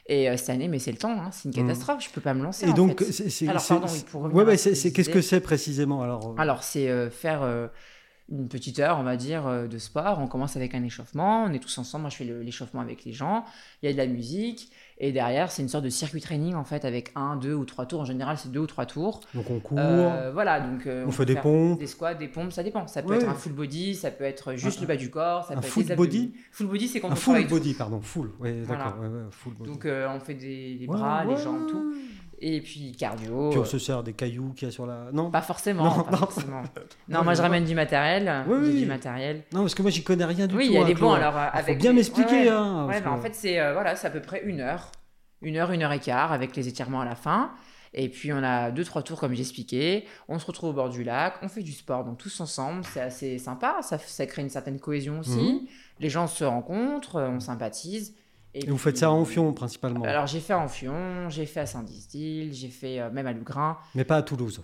Speaker 2: Et euh, cette année, mais c'est le temps, hein, c'est une
Speaker 1: Mhm.
Speaker 2: catastrophe. Je peux pas me lancer.
Speaker 1: Et
Speaker 2: en
Speaker 1: donc,
Speaker 2: fait.
Speaker 1: c'est- c'est-
Speaker 2: Alors,
Speaker 1: c'est-
Speaker 2: pardon, oui, pour revenir
Speaker 1: Ouais, ouais,
Speaker 2: à ce
Speaker 1: c'est-
Speaker 2: que
Speaker 1: c'est-
Speaker 2: je
Speaker 1: qu'est-ce que
Speaker 2: disais.
Speaker 1: c'est précisément Alors, euh,
Speaker 2: Alors, c'est euh, faire euh, une petite heure, on va dire, euh, de sport. On commence avec un échauffement, on est tous ensemble. Moi, je fais le- l'échauffement avec les gens. Il y a de la musique. Et derrière, c'est une sorte de circuit training, en fait, avec un, deux ou trois tours. En général, c'est deux ou trois tours.
Speaker 1: donc on court,
Speaker 2: Euh, voilà, donc. euh,
Speaker 1: on,
Speaker 2: peut
Speaker 1: fait des
Speaker 2: faire
Speaker 1: pompes.
Speaker 2: Des squats, des pompes, ça dépend. Ça peut
Speaker 1: Ouais.
Speaker 2: être un full body, ça peut être juste
Speaker 1: Un-
Speaker 2: le bas du corps, ça
Speaker 1: un
Speaker 2: peut être
Speaker 1: full
Speaker 2: des abdominaux.
Speaker 1: body
Speaker 2: Full body, c'est quand
Speaker 1: Un
Speaker 2: on travaille
Speaker 1: full body, pardon, full. Ouais,
Speaker 2: Voilà.
Speaker 1: d'accord, ouais, ouais, full
Speaker 2: tout.
Speaker 1: body.
Speaker 2: Donc, euh, on fait des, des
Speaker 1: Ouais,
Speaker 2: bras,
Speaker 1: ouais.
Speaker 2: les jambes, tout. Et puis cardio.
Speaker 1: Puis on
Speaker 2: euh, Bah,
Speaker 1: se sert des cailloux qu'il y a sur la. Non,
Speaker 2: Pas forcément.
Speaker 1: Non,
Speaker 2: pas
Speaker 1: non.
Speaker 2: forcément. Non,
Speaker 1: Non,
Speaker 2: moi,
Speaker 1: je
Speaker 2: je
Speaker 1: vois.
Speaker 2: ramène du matériel.
Speaker 1: Oui,
Speaker 2: j'ai
Speaker 1: oui.
Speaker 2: du matériel.
Speaker 1: non, parce que moi j'y connais rien du
Speaker 2: oui,
Speaker 1: tout.
Speaker 2: il y a
Speaker 1: hein,
Speaker 2: des
Speaker 1: Chloé.
Speaker 2: bons alors euh,
Speaker 1: Ah, faut
Speaker 2: avec.
Speaker 1: bien
Speaker 2: des-
Speaker 1: m'expliquer.
Speaker 2: Ouais, ouais.
Speaker 1: hein,
Speaker 2: Ouais,
Speaker 1: parce
Speaker 2: bah, en
Speaker 1: que-
Speaker 2: fait, c'est euh, voilà, c'est à peu près une heure une heure, une heure et quart avec les étirements à la fin. Et puis on a deux trois tours comme j'expliquais. On se retrouve au bord du lac, on fait du sport donc tous ensemble, c'est assez sympa. Ça, ça crée une certaine cohésion aussi.
Speaker 1: Mhm.
Speaker 2: Les gens se rencontrent, euh, on sympathise.
Speaker 1: Et vous
Speaker 2: puis- euh,
Speaker 1: faites ça en Fion principalement,
Speaker 2: Alors j'ai fait à Anfion, j'ai fait à Saint-Distil, j'ai fait euh, même à Lugrin.
Speaker 1: mais pas à Toulouse.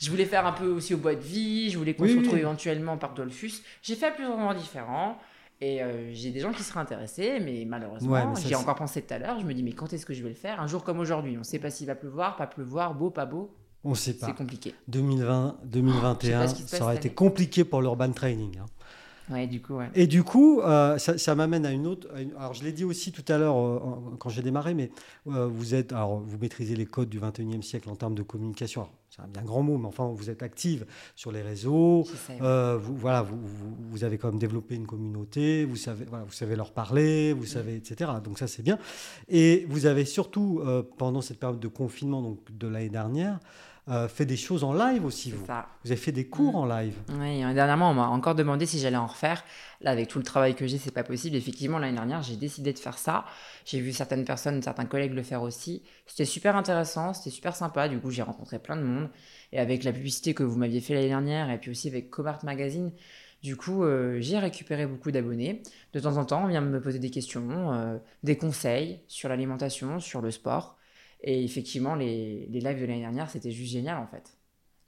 Speaker 2: Je voulais faire un peu aussi au bois de vie, je voulais qu'on
Speaker 1: Oui,
Speaker 2: se
Speaker 1: oui.
Speaker 2: retrouve éventuellement par Dolphus. J'ai fait à plusieurs endroits différents et euh, j'ai des gens qui seraient intéressés, mais malheureusement,
Speaker 1: Ouais, mais ça,
Speaker 2: j'y ai
Speaker 1: c'est-
Speaker 2: encore pensé tout à l'heure. Je me dis, mais quand est-ce que je vais le faire Un jour comme aujourd'hui, on ne sait pas s'il va pleuvoir, pas pleuvoir, beau, pas beau,
Speaker 1: On sait
Speaker 2: c'est
Speaker 1: pas.
Speaker 2: compliqué.
Speaker 1: 2020, 2021,
Speaker 2: Je sais pas ce qui se passe
Speaker 1: ça aurait
Speaker 2: cette
Speaker 1: été
Speaker 2: année.
Speaker 1: compliqué pour l'urban training. hein.
Speaker 2: Ouais, du coup, ouais.
Speaker 1: Et du coup, euh, ça, ça m'amène à une autre. à une- alors, je l'ai dit aussi tout à l'heure euh, en- quand j'ai démarré, mais euh, vous êtes, alors, vous maîtrisez les codes du 21e siècle en termes de communication. Alors, C'est un bien grand mot, mais enfin, vous êtes active sur les réseaux.
Speaker 2: C'est ça, ouais.
Speaker 1: Euh, vous, voilà, vous, vous- vous avez quand même développé une communauté, vous savez, voilà, vous savez leur parler, vous savez, etc. Donc ça, c'est bien. Et vous avez surtout, euh, pendant cette période de confinement donc, de l'année dernière, euh, fait des choses en live aussi, vous.
Speaker 2: C'est ça. Mmh.
Speaker 1: Vous avez fait des cours en live.
Speaker 2: Oui, et dernièrement, on m'a encore demandé si j'allais en refaire. Là, avec tout le travail que j'ai, c'est pas possible. Effectivement, l'année dernière, j'ai décidé de faire ça. J'ai vu certaines personnes, certains collègues le faire aussi. C'était super intéressant, c'était super sympa. Du coup, j'ai rencontré plein de monde. Et avec la publicité que vous m'aviez fait l'année dernière, et puis aussi avec Cobart Magazine, du coup, euh, j'ai récupéré beaucoup d'abonnés. De temps en temps, on vient me poser des questions, euh, des conseils sur l'alimentation, sur le sport. Et effectivement, les, les lives de l'année dernière, c'était juste génial en fait.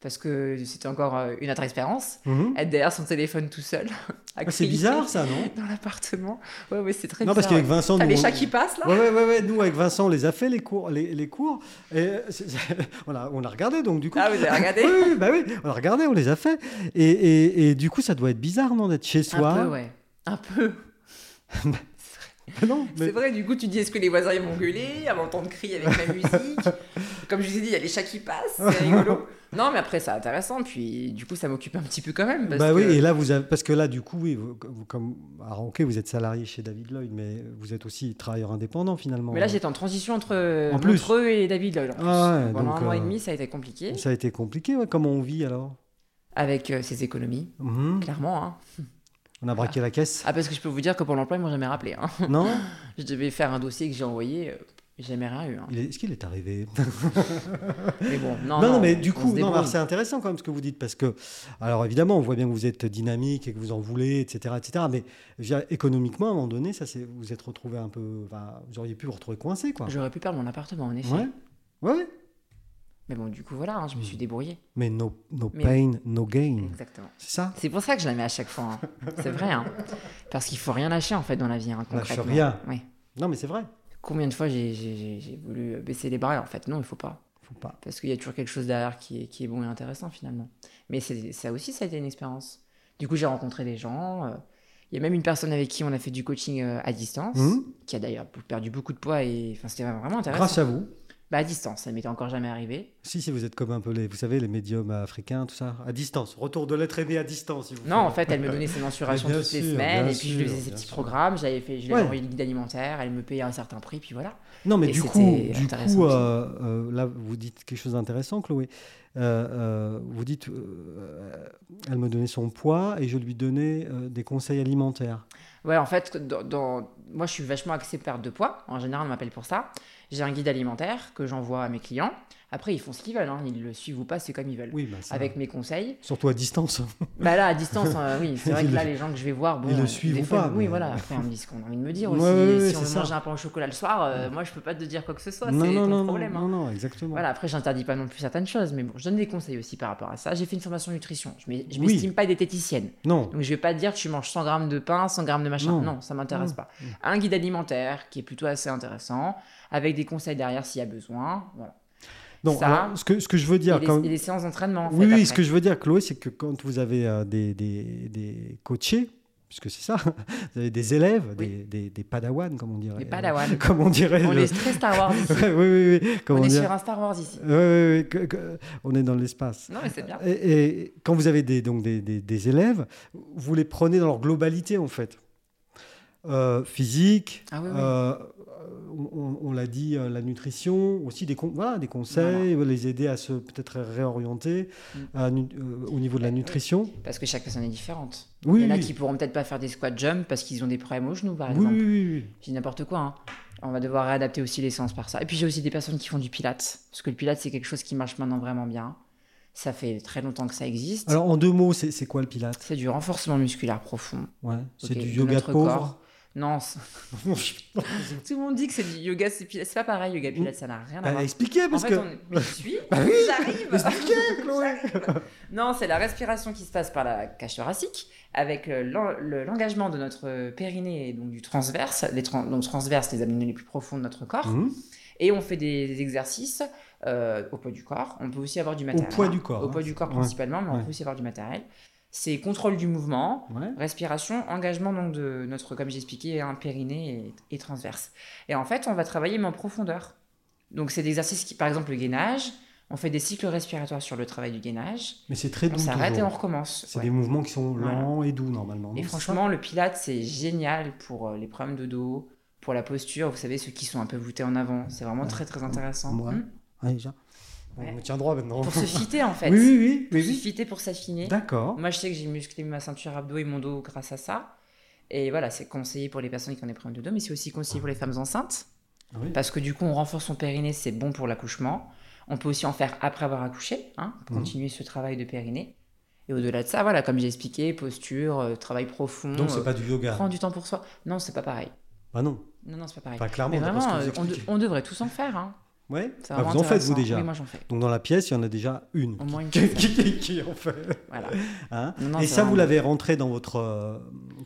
Speaker 2: Parce que c'était encore euh, une autre expérience
Speaker 1: Mhm.
Speaker 2: être derrière son téléphone tout seul. (laughs) à
Speaker 1: Ah, c'est
Speaker 2: crier
Speaker 1: bizarre, ça, non
Speaker 2: Dans l'appartement. Ouais, ouais, c'est très
Speaker 1: Non, parce
Speaker 2: bizarre.
Speaker 1: qu'avec Vincent,
Speaker 2: T'as
Speaker 1: nous,
Speaker 2: les
Speaker 1: on-
Speaker 2: chats qui passent là
Speaker 1: Ouais, ouais, ouais, ouais, nous avec Vincent on les a fait les cours, les, les cours et euh, c'est- c'est- (laughs) on, a, on a regardé donc du coup.
Speaker 2: Ah, vous
Speaker 1: (laughs)
Speaker 2: avez regardé
Speaker 1: Oui, oui, bah oui, on a regardé, on les a fait et, et- et du coup ça doit être bizarre non d'être chez soi.
Speaker 2: Un peu, ouais. Un peu.
Speaker 1: (laughs) Non, mais-
Speaker 2: C'est vrai, du coup, tu dis est-ce que les voisins ils vont gueuler à m'entendre crier avec
Speaker 1: (laughs)
Speaker 2: ma musique Comme je vous ai dit, il y a les chats qui passent, c'est rigolo. Non, mais après, c'est intéressant, puis du coup, ça m'occupe un petit peu quand même. Parce
Speaker 1: bah oui,
Speaker 2: que-
Speaker 1: et là vous avez, parce que là du coup oui, vous, vous- comme alors, ok, vous êtes salarié chez David Lloyd, mais vous êtes aussi travailleur indépendant finalement.
Speaker 2: Mais là, j'étais en transition entre
Speaker 1: En plus.
Speaker 2: Montreux et David Lloyd. en plus.
Speaker 1: Ah ouais,
Speaker 2: Pendant
Speaker 1: donc,
Speaker 2: un mois et
Speaker 1: euh,
Speaker 2: demi, ça a été compliqué.
Speaker 1: ça a été compliqué, ouais, comment on vit alors
Speaker 2: Avec euh, ses économies,
Speaker 1: Mhm.
Speaker 2: clairement. hein.
Speaker 1: On a braqué la caisse
Speaker 2: Ah, parce que je peux vous dire que pour l'emploi, ils m'ont jamais rappelé. hein.
Speaker 1: Non
Speaker 2: Je devais faire un dossier que j'ai envoyé, euh, j'ai jamais rien eu. hein.
Speaker 1: Il est- Est-ce qu'il est arrivé
Speaker 2: Mais bon,
Speaker 1: non,
Speaker 2: non,
Speaker 1: non,
Speaker 2: Oh non,
Speaker 1: mais
Speaker 2: on-
Speaker 1: du
Speaker 2: on
Speaker 1: coup,
Speaker 2: se
Speaker 1: non,
Speaker 2: débrouille.
Speaker 1: alors, c'est intéressant quand même ce que vous dites parce que, alors évidemment, on voit bien que vous êtes dynamique et que vous en voulez, etc., etc. Mais je veux dire, économiquement, à un moment donné, ça, c'est, vous êtes retrouvé un peu, enfin, vous auriez pu vous retrouver coincé, quoi.
Speaker 2: J'aurais pu perdre mon appartement, en effet.
Speaker 1: Ouais, Mm. ouais. ouais.
Speaker 2: Mais bon, du coup, voilà, hein, je me suis débrouillée.
Speaker 1: Mais no, no
Speaker 2: Mais-
Speaker 1: pain, no gain,
Speaker 2: Exactement.
Speaker 1: c'est ça.
Speaker 2: C'est pour ça que je la mets à chaque fois. hein. C'est vrai. hein. Parce qu'il faut rien lâcher, en fait, dans la vie. Hein,
Speaker 1: Lâche
Speaker 2: concrètement.
Speaker 1: rien.
Speaker 2: Oui.
Speaker 1: Non, mais c'est vrai.
Speaker 2: Combien de fois j'ai- j'ai j'ai- j'ai voulu euh, baisser les bras En fait, non, il faut pas.
Speaker 1: Faut pas.
Speaker 2: Parce qu'il y a toujours quelque chose derrière qui est, qui est bon et intéressant, finalement. Mais c'est- ça aussi, ça a été une expérience. Du coup, j'ai rencontré des gens. euh, Il y a même une personne avec qui on a fait du coaching euh, à distance,
Speaker 1: Mhm.
Speaker 2: qui a d'ailleurs perdu beaucoup de poids. et enfin, C'était vraiment intéressant.
Speaker 1: Grâce à vous.
Speaker 2: Bah, à distance, ça m'était encore jamais arrivé.
Speaker 1: Si, si, vous êtes comme un peu les, vous savez, les médiums africains, tout ça, à distance. Retour de l'être aimé à distance, si vous
Speaker 2: Non, en
Speaker 1: (laughs)
Speaker 2: fait, elle me donnait ses mensurations
Speaker 1: Mais bien
Speaker 2: toutes les
Speaker 1: sûr,
Speaker 2: semaines,
Speaker 1: bien
Speaker 2: et puis je lui
Speaker 1: sûr,
Speaker 2: faisais ses
Speaker 1: bien
Speaker 2: petits
Speaker 1: sûr.
Speaker 2: programmes, j'avais fait, je
Speaker 1: Ouais.
Speaker 2: lui avais envoyé le guide alimentaire, elle me payait un certain prix, puis voilà.
Speaker 1: Non, mais
Speaker 2: Et
Speaker 1: du
Speaker 2: c'était
Speaker 1: coup, du
Speaker 2: intéressant
Speaker 1: coup
Speaker 2: aussi.
Speaker 1: euh, euh, là, vous dites quelque chose d'intéressant, Chloé. Euh, euh, vous dites, euh, elle me donnait son poids et je lui donnais euh, des conseils alimentaires.
Speaker 2: Ouais, en fait, dans, dans- moi, je suis vachement axée perte de poids. En général, on m'appelle pour ça. J'ai un guide alimentaire que j'envoie à mes clients. Après, ils font ce qu'ils veulent, hein. ils le suivent ou pas, c'est comme ils veulent.
Speaker 1: Oui, bah, ça-
Speaker 2: Avec mes conseils.
Speaker 1: surtout à distance.
Speaker 2: Bah là, à distance, euh, oui, c'est vrai
Speaker 1: Ils
Speaker 2: que là,
Speaker 1: le-
Speaker 2: les gens que je vais voir, bon,
Speaker 1: ils le
Speaker 2: euh,
Speaker 1: suivent
Speaker 2: des
Speaker 1: ou
Speaker 2: fois,
Speaker 1: pas,
Speaker 2: Oui,
Speaker 1: mais-
Speaker 2: voilà. Après, on me dit ce qu'on a envie de me dire
Speaker 1: Ouais,
Speaker 2: aussi.
Speaker 1: ouais, ouais,
Speaker 2: si on
Speaker 1: c'est
Speaker 2: veut
Speaker 1: ça.
Speaker 2: manger un pain au chocolat le soir, euh, moi, je peux pas te dire quoi que ce soit.
Speaker 1: non,
Speaker 2: c'est
Speaker 1: non,
Speaker 2: ton
Speaker 1: non,
Speaker 2: problème. hein.
Speaker 1: non, non, exactement.
Speaker 2: Voilà, après, j'interdis pas non plus certaines choses, mais bon, je donne des conseils aussi par rapport à ça. J'ai fait une formation nutrition. Je m'ai- je
Speaker 1: Oui.
Speaker 2: m'estime pas diététicienne.
Speaker 1: Non,
Speaker 2: Donc, je vais pas dire tu manges 100 grammes de pain, 100 grammes de machin.
Speaker 1: Non.
Speaker 2: Non, ça m'intéresse
Speaker 1: Non.
Speaker 2: pas. Un guide alimentaire qui est plutôt assez intéressant, avec des conseils derrière s'il y a besoin. Voilà.
Speaker 1: non.
Speaker 2: ça-
Speaker 1: alors, ce que ce que je veux dire
Speaker 2: Et, les,
Speaker 1: quand-
Speaker 2: et les séances d'entraînement. en
Speaker 1: Oui,
Speaker 2: fait,
Speaker 1: oui, ce
Speaker 2: après.
Speaker 1: que je veux dire, Chloé, c'est que quand vous avez euh, des, des, des coachés, puisque c'est ça, (laughs) vous avez des élèves,
Speaker 2: Oui.
Speaker 1: des, des, des padawans, comme on dirait.
Speaker 2: Les
Speaker 1: (laughs)
Speaker 2: padawans.
Speaker 1: Comme on dirait.
Speaker 2: On
Speaker 1: le-
Speaker 2: est très Star Wars ici.
Speaker 1: Ouais, oui, oui, oui. Comme
Speaker 2: on est
Speaker 1: dire-
Speaker 2: sur un Star Wars ici.
Speaker 1: Ouais, ouais, ouais, que- que- on est dans l'espace.
Speaker 2: Non, mais c'est bien.
Speaker 1: Et, et quand vous avez des, donc des, des- des élèves, vous les prenez dans leur globalité, en fait. euh, physique,
Speaker 2: Ah oui, oui.
Speaker 1: euh, on, on- on l'a dit, euh, la nutrition, aussi des, con- voilà, des conseils, les aider à se peut-être réorienter
Speaker 2: Mm.
Speaker 1: à nu- euh, au niveau de la nutrition.
Speaker 2: Parce que chaque personne est différente.
Speaker 1: Oui,
Speaker 2: il y en a
Speaker 1: oui.
Speaker 2: qui pourront peut-être pas faire des squat jumps parce qu'ils ont des problèmes aux genoux, par
Speaker 1: oui,
Speaker 2: exemple.
Speaker 1: oui, oui, oui.
Speaker 2: Je dis n'importe quoi. hein. On va devoir réadapter aussi les séances par ça. Et puis j'ai aussi des personnes qui font du pilates. Parce que le pilates, c'est quelque chose qui marche maintenant vraiment bien. Ça fait très longtemps que ça existe.
Speaker 1: Alors en deux mots, c'est c'est quoi le pilate
Speaker 2: C'est du renforcement musculaire profond.
Speaker 1: ouais. C'est
Speaker 2: Ok,
Speaker 1: du
Speaker 2: de
Speaker 1: yoga
Speaker 2: notre
Speaker 1: pauvre. (laughs)
Speaker 2: corps. Non, c'est- (laughs) tout le monde dit que c'est du yoga, c'est pilates. C'est pas pareil, yoga pilates, ça n'a rien à
Speaker 1: Bah,
Speaker 2: voir.
Speaker 1: expliquez,
Speaker 2: En
Speaker 1: parce
Speaker 2: fait,
Speaker 1: que...
Speaker 2: on... j'y suis,
Speaker 1: Bah oui,
Speaker 2: j'arrive.
Speaker 1: expliquez, Chloé.
Speaker 2: (laughs) Non, c'est la respiration qui se passe par la cage thoracique, avec euh, l'en- le- l'engagement de notre périnée et donc du transverse, les tran- donc transverse, les abdominaux les plus profonds de notre corps.
Speaker 1: Mhm.
Speaker 2: Et on fait des exercices euh, au poids du corps. On peut aussi avoir du matériel.
Speaker 1: poids du corps,
Speaker 2: Au
Speaker 1: hein.
Speaker 2: poids du corps
Speaker 1: Ouais.
Speaker 2: principalement, mais on
Speaker 1: Ouais.
Speaker 2: peut aussi avoir du matériel. C'est contrôle du mouvement,
Speaker 1: Ouais.
Speaker 2: respiration, engagement donc de notre, comme j'ai expliqué, un périnée et, et transverse. Et en fait, on va travailler mais en profondeur. Donc c'est des exercices qui, par exemple, le gainage. On fait des cycles respiratoires sur le travail du gainage.
Speaker 1: Mais c'est très doux.
Speaker 2: On s'arrête et
Speaker 1: toujours.
Speaker 2: on recommence.
Speaker 1: C'est
Speaker 2: Ouais.
Speaker 1: des mouvements qui sont
Speaker 2: Voilà.
Speaker 1: lents et doux normalement.
Speaker 2: Et
Speaker 1: non,
Speaker 2: franchement, le pilate, c'est génial pour euh, les problèmes de dos, pour la posture. Vous savez, ceux qui sont un peu voûtés en avant. C'est vraiment
Speaker 1: Ouais.
Speaker 2: très, très intéressant.
Speaker 1: Moi. (laughs) c'est ça
Speaker 2: Hmm
Speaker 1: Ouais, Ah, déjà.
Speaker 2: Ouais.
Speaker 1: On me tient droit maintenant.
Speaker 2: Pour se fitter, en fait.
Speaker 1: Oui, oui, oui.
Speaker 2: Pour
Speaker 1: oui,
Speaker 2: se
Speaker 1: oui.
Speaker 2: fitter, pour s'affiner.
Speaker 1: D'accord.
Speaker 2: Moi, je sais que j'ai musclé ma ceinture abdos et mon dos grâce à ça. Et voilà, c'est conseillé pour les personnes qui ont des problèmes de dos, mais c'est aussi conseillé pour les femmes enceintes.
Speaker 1: Ah Oui.
Speaker 2: Parce que du coup, on renforce son périnée, c'est bon pour l'accouchement. On peut aussi en faire après avoir accouché, hein, pour
Speaker 1: Mhm.
Speaker 2: continuer ce travail de périnée. Et au-delà de ça, voilà, comme j'ai expliqué, posture, euh, travail profond.
Speaker 1: Donc c'est
Speaker 2: euh,
Speaker 1: pas du yoga.
Speaker 2: prendre du temps pour soi. Non, c'est pas pareil.
Speaker 1: Bah non,
Speaker 2: Non, non, c'est pas pareil.
Speaker 1: pas clairement.
Speaker 2: mais
Speaker 1: d'après
Speaker 2: vraiment,
Speaker 1: ce que
Speaker 2: euh,
Speaker 1: vous
Speaker 2: on, de-
Speaker 1: expliquez.
Speaker 2: on devrait tous en faire. Hein.
Speaker 1: Ouais.
Speaker 2: C'est
Speaker 1: Ah,
Speaker 2: vraiment
Speaker 1: vous en faites vous
Speaker 2: intéressant.
Speaker 1: déjà.
Speaker 2: Oui, moi j'en fais.
Speaker 1: Donc dans la pièce, il y en a déjà une. (laughs)
Speaker 2: Au moins une
Speaker 1: Qui,
Speaker 2: personne.
Speaker 1: qui- qui- qui en fait
Speaker 2: Voilà.
Speaker 1: Hein
Speaker 2: Non, non,
Speaker 1: Et
Speaker 2: c'est
Speaker 1: ça, vous
Speaker 2: vraiment-
Speaker 1: l'avez rentré dans votre euh,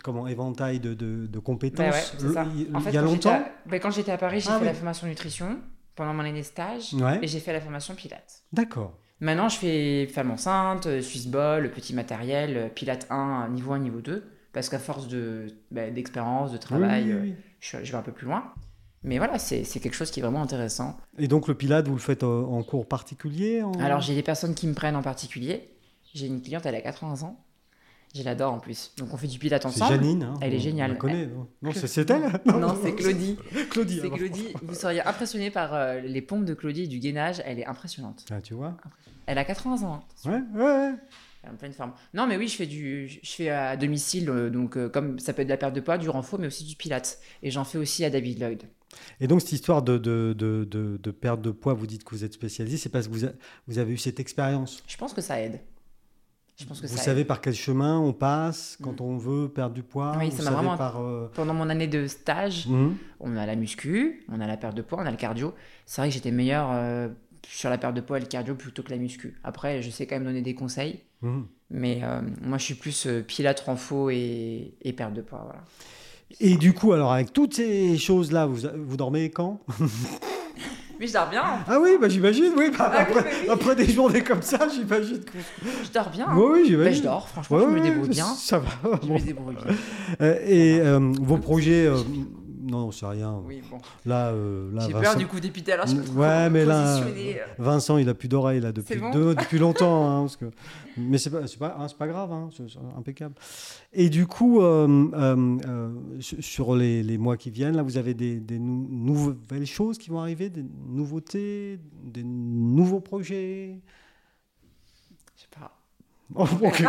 Speaker 1: comment éventail de, de- de
Speaker 2: Bah ouais,
Speaker 1: compétences
Speaker 2: c'est ça.
Speaker 1: le- il,
Speaker 2: En fait,
Speaker 1: il y a
Speaker 2: quand j'étais
Speaker 1: longtemps
Speaker 2: à- bah, Quand j'étais à Paris, j'ai
Speaker 1: Ah
Speaker 2: fait la
Speaker 1: oui.
Speaker 2: formation nutrition pendant mon année de stage
Speaker 1: Ouais.
Speaker 2: et j'ai fait la formation pilates.
Speaker 1: D'accord.
Speaker 2: Maintenant, je fais femme enceinte, euh, Swiss ball, petit matériel, euh, pilates 1, niveau 1, niveau 2, parce qu'à force de- bah, d'expérience, de, travail,
Speaker 1: Ah Oui,
Speaker 2: euh,
Speaker 1: oui, oui.
Speaker 2: Je, suis- je vais un peu plus loin. Mais voilà, c'est c'est quelque chose qui est vraiment intéressant.
Speaker 1: Et donc le pilate, vous le faites euh, en cours particulier en-
Speaker 2: Alors, j'ai des personnes qui me prennent en particulier. J'ai une cliente, elle a 80 ans. Je l'adore en plus. Donc, on fait du pilates
Speaker 1: c'est
Speaker 2: ensemble.
Speaker 1: Janine. hein,
Speaker 2: Elle est
Speaker 1: on-
Speaker 2: géniale.
Speaker 1: On la connaît. Non, Non, c'est c'est elle
Speaker 2: (laughs) Non, c'est Claudie.
Speaker 1: (laughs) Claudie. hein.
Speaker 2: C'est
Speaker 1: alors.
Speaker 2: Claudie. Vous seriez impressionné par euh, les pompes de Claudie et du gainage. Elle est impressionnante.
Speaker 1: Ah, tu vois
Speaker 2: Elle a 80 ans. hein.
Speaker 1: Ouais, ouais.
Speaker 2: Elle est en pleine forme. Non, mais oui, je fais du, je fais à domicile. euh, donc, euh, comme ça peut être de la perte de poids, du renfort, mais aussi du pilates. Et j'en fais aussi à David Lloyd.
Speaker 1: Et donc, cette histoire de, de, de, de- de perte de poids, vous dites que vous êtes spécialiste, c'est parce que vous, a- vous avez eu cette expérience.
Speaker 2: Je pense que ça aide. Je pense que
Speaker 1: Vous
Speaker 2: ça
Speaker 1: savez
Speaker 2: aide.
Speaker 1: par quel chemin on passe quand
Speaker 2: Mm.
Speaker 1: on veut perdre du poids.
Speaker 2: Oui,
Speaker 1: vous
Speaker 2: ça m'a
Speaker 1: savez
Speaker 2: vraiment-
Speaker 1: Par, euh,
Speaker 2: Pendant mon année de stage,
Speaker 1: hmm,
Speaker 2: on a la muscu, on a la perte de poids, on a le cardio. C'est vrai que j'étais meilleure euh, sur la perte de poids et le cardio plutôt que la muscu. Après, je sais quand même donner des conseils.
Speaker 1: hmm.
Speaker 2: Mais euh, moi, je suis plus euh, pilate, renfort et, et perte de poids. Voilà.
Speaker 1: Et du coup, alors, avec toutes ces choses-là, vous, vous dormez quand
Speaker 2: Mais je dors bien.
Speaker 1: Ah oui, bah, j'imagine, oui. bah,
Speaker 2: Ah oui,
Speaker 1: après,
Speaker 2: bah oui.
Speaker 1: après des journées comme ça, j'imagine. que-
Speaker 2: Je dors bien. hein.
Speaker 1: Moi, oui, j'imagine.
Speaker 2: Bah, je dors, franchement, je me
Speaker 1: Ouais,
Speaker 2: débrouille bien.
Speaker 1: Ça va.
Speaker 2: Je
Speaker 1: bon.
Speaker 2: me débrouille bien.
Speaker 1: Euh, Et euh, vos projets. euh, non, c'est rien.
Speaker 2: (laughs) Oui, bon.
Speaker 1: Là, euh, là
Speaker 2: J'ai
Speaker 1: Vincent-
Speaker 2: peur du coup des pitons, alors je peux
Speaker 1: Ouais, mais là,
Speaker 2: positionner.
Speaker 1: Vincent, il a plus d'oreilles là depuis
Speaker 2: C'est bon
Speaker 1: deux-
Speaker 2: (laughs)
Speaker 1: depuis longtemps, hein, parce que... mais c'est pas c'est pas hein, c'est pas grave, hein, c'est c'est impeccable. Et du coup, euh, euh, euh, sur- sur les, les mois qui viennent, là, vous avez des, des nou- nouvelles choses qui vont arriver, des nouveautés, des nouveaux projets. (laughs)
Speaker 2: Je sais pas.
Speaker 1: Oh, ok.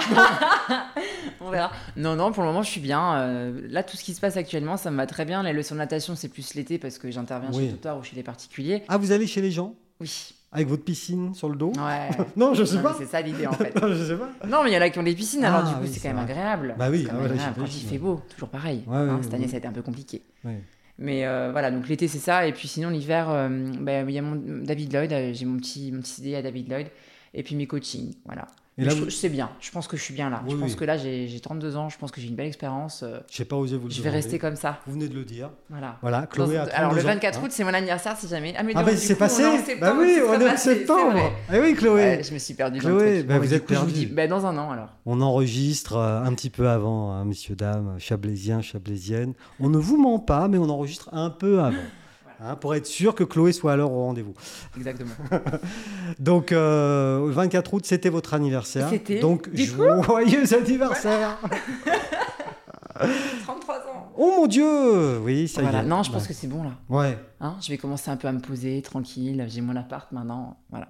Speaker 2: On verra. Non, non, pour le moment, je suis bien. Euh, là, tout ce qui se passe actuellement, ça me va très bien. Les leçons de natation, c'est plus l'été parce que j'interviens
Speaker 1: Oui.
Speaker 2: chez le tuteur ou chez les particuliers.
Speaker 1: Ah, vous allez chez les gens
Speaker 2: Oui.
Speaker 1: avec votre piscine sur le dos
Speaker 2: Ouais.
Speaker 1: (laughs) Non, je sais
Speaker 2: Non, mais
Speaker 1: pas.
Speaker 2: C'est ça l'idée en fait.
Speaker 1: Non, je sais pas.
Speaker 2: Non, mais il y en a qui ont des piscines, alors
Speaker 1: Ah,
Speaker 2: du coup,
Speaker 1: oui,
Speaker 2: c'est
Speaker 1: c'est
Speaker 2: quand même
Speaker 1: vrai.
Speaker 2: agréable.
Speaker 1: Bah oui,
Speaker 2: C'est quand
Speaker 1: ah
Speaker 2: même
Speaker 1: ouais,
Speaker 2: agréable quand il
Speaker 1: j'imagine,
Speaker 2: fait beau, toujours pareil.
Speaker 1: Ouais,
Speaker 2: Hein,
Speaker 1: ouais,
Speaker 2: cette année,
Speaker 1: ouais.
Speaker 2: ça a été un peu compliqué.
Speaker 1: Ouais.
Speaker 2: Mais euh, voilà, donc l'été, c'est ça. Et puis sinon, l'hiver, euh, bah, il y a mon David Lloyd, euh, j'ai mon petit, mon petit CD à David Lloyd. Et puis mes coachings, voilà.
Speaker 1: Et
Speaker 2: Mais
Speaker 1: là,
Speaker 2: je,
Speaker 1: vous-
Speaker 2: trouve- je sais bien, je pense que je suis bien là.
Speaker 1: Oui,
Speaker 2: je pense
Speaker 1: oui.
Speaker 2: que là, j'ai j'ai 32 ans, je pense que j'ai une belle expérience. euh,
Speaker 1: j'ai pas osé vous le
Speaker 2: je vais
Speaker 1: demander.
Speaker 2: rester comme ça,
Speaker 1: Vous venez de le dire.
Speaker 2: voilà.
Speaker 1: Voilà,
Speaker 2: Dans-
Speaker 1: Chloé a
Speaker 2: alors le
Speaker 1: 32 ans,
Speaker 2: 24
Speaker 1: hein.
Speaker 2: août, c'est mon anniversaire, si jamais. Ah, mais
Speaker 1: Ah
Speaker 2: non,
Speaker 1: bah
Speaker 2: du
Speaker 1: c'est
Speaker 2: coup, on est en
Speaker 1: passé Bah
Speaker 2: septembre,
Speaker 1: oui,
Speaker 2: c'est
Speaker 1: on
Speaker 2: pas
Speaker 1: est en
Speaker 2: passé, c'est
Speaker 1: septembre
Speaker 2: vrai.
Speaker 1: Eh oui Chloé
Speaker 2: (laughs) Ouais, je me suis perdu dans
Speaker 1: Chloé,
Speaker 2: le truc.
Speaker 1: bah,
Speaker 2: Bon,
Speaker 1: vous
Speaker 2: mais du
Speaker 1: êtes
Speaker 2: coup, je vous
Speaker 1: perdu.
Speaker 2: dis, bah, dans un an alors.
Speaker 1: On enregistre euh, un petit peu avant, hein, messieurs, dames, chablaisiens, chablaisiennes. On ne vous ment pas, mais on enregistre un peu avant. hein, pour être sûr que Chloé soit alors au rendez-vous.
Speaker 2: Exactement.
Speaker 1: Donc, euh, 24 août, c'était votre anniversaire. (laughs)
Speaker 2: C'était,
Speaker 1: Donc,
Speaker 2: du
Speaker 1: joyeux anniversaire
Speaker 2: 33 ans.
Speaker 1: Oh mon Dieu Oui, ça
Speaker 2: Voilà.
Speaker 1: y est.
Speaker 2: Non, je pense
Speaker 1: Ouais.
Speaker 2: que c'est bon là.
Speaker 1: Ouais,
Speaker 2: Hein je vais commencer un peu à me poser, tranquille. J'ai mon appart maintenant. Voilà.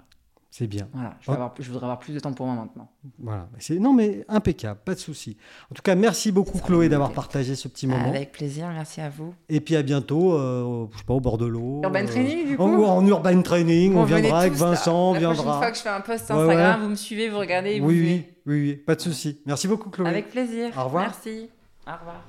Speaker 1: c'est bien.
Speaker 2: voilà. Je, vais
Speaker 1: Oh.
Speaker 2: avoir- je voudrais avoir plus de temps pour moi maintenant.
Speaker 1: Voilà. C'est- Non, mais impeccable, pas de souci. En tout cas, merci beaucoup,
Speaker 2: Ça
Speaker 1: Chloé,
Speaker 2: va,
Speaker 1: d'avoir
Speaker 2: ok.
Speaker 1: partagé ce petit moment.
Speaker 2: Avec plaisir, merci à vous.
Speaker 1: Et puis à bientôt, euh, je sais pas, au bord de l'eau.
Speaker 2: Urban
Speaker 1: euh,
Speaker 2: Training, du
Speaker 1: en-
Speaker 2: coup
Speaker 1: En Urban Training, on
Speaker 2: Revenez
Speaker 1: viendra avec
Speaker 2: tous, là.
Speaker 1: Vincent, on
Speaker 2: la prochaine
Speaker 1: viendra.
Speaker 2: fois que je fais un post
Speaker 1: Ouais,
Speaker 2: Instagram,
Speaker 1: ouais.
Speaker 2: vous me suivez, vous regardez et
Speaker 1: Oui,
Speaker 2: vous
Speaker 1: oui,
Speaker 2: venez.
Speaker 1: oui, oui, pas de souci. Merci beaucoup, Chloé.
Speaker 2: Avec plaisir.
Speaker 1: Au revoir.
Speaker 2: Merci. Au revoir.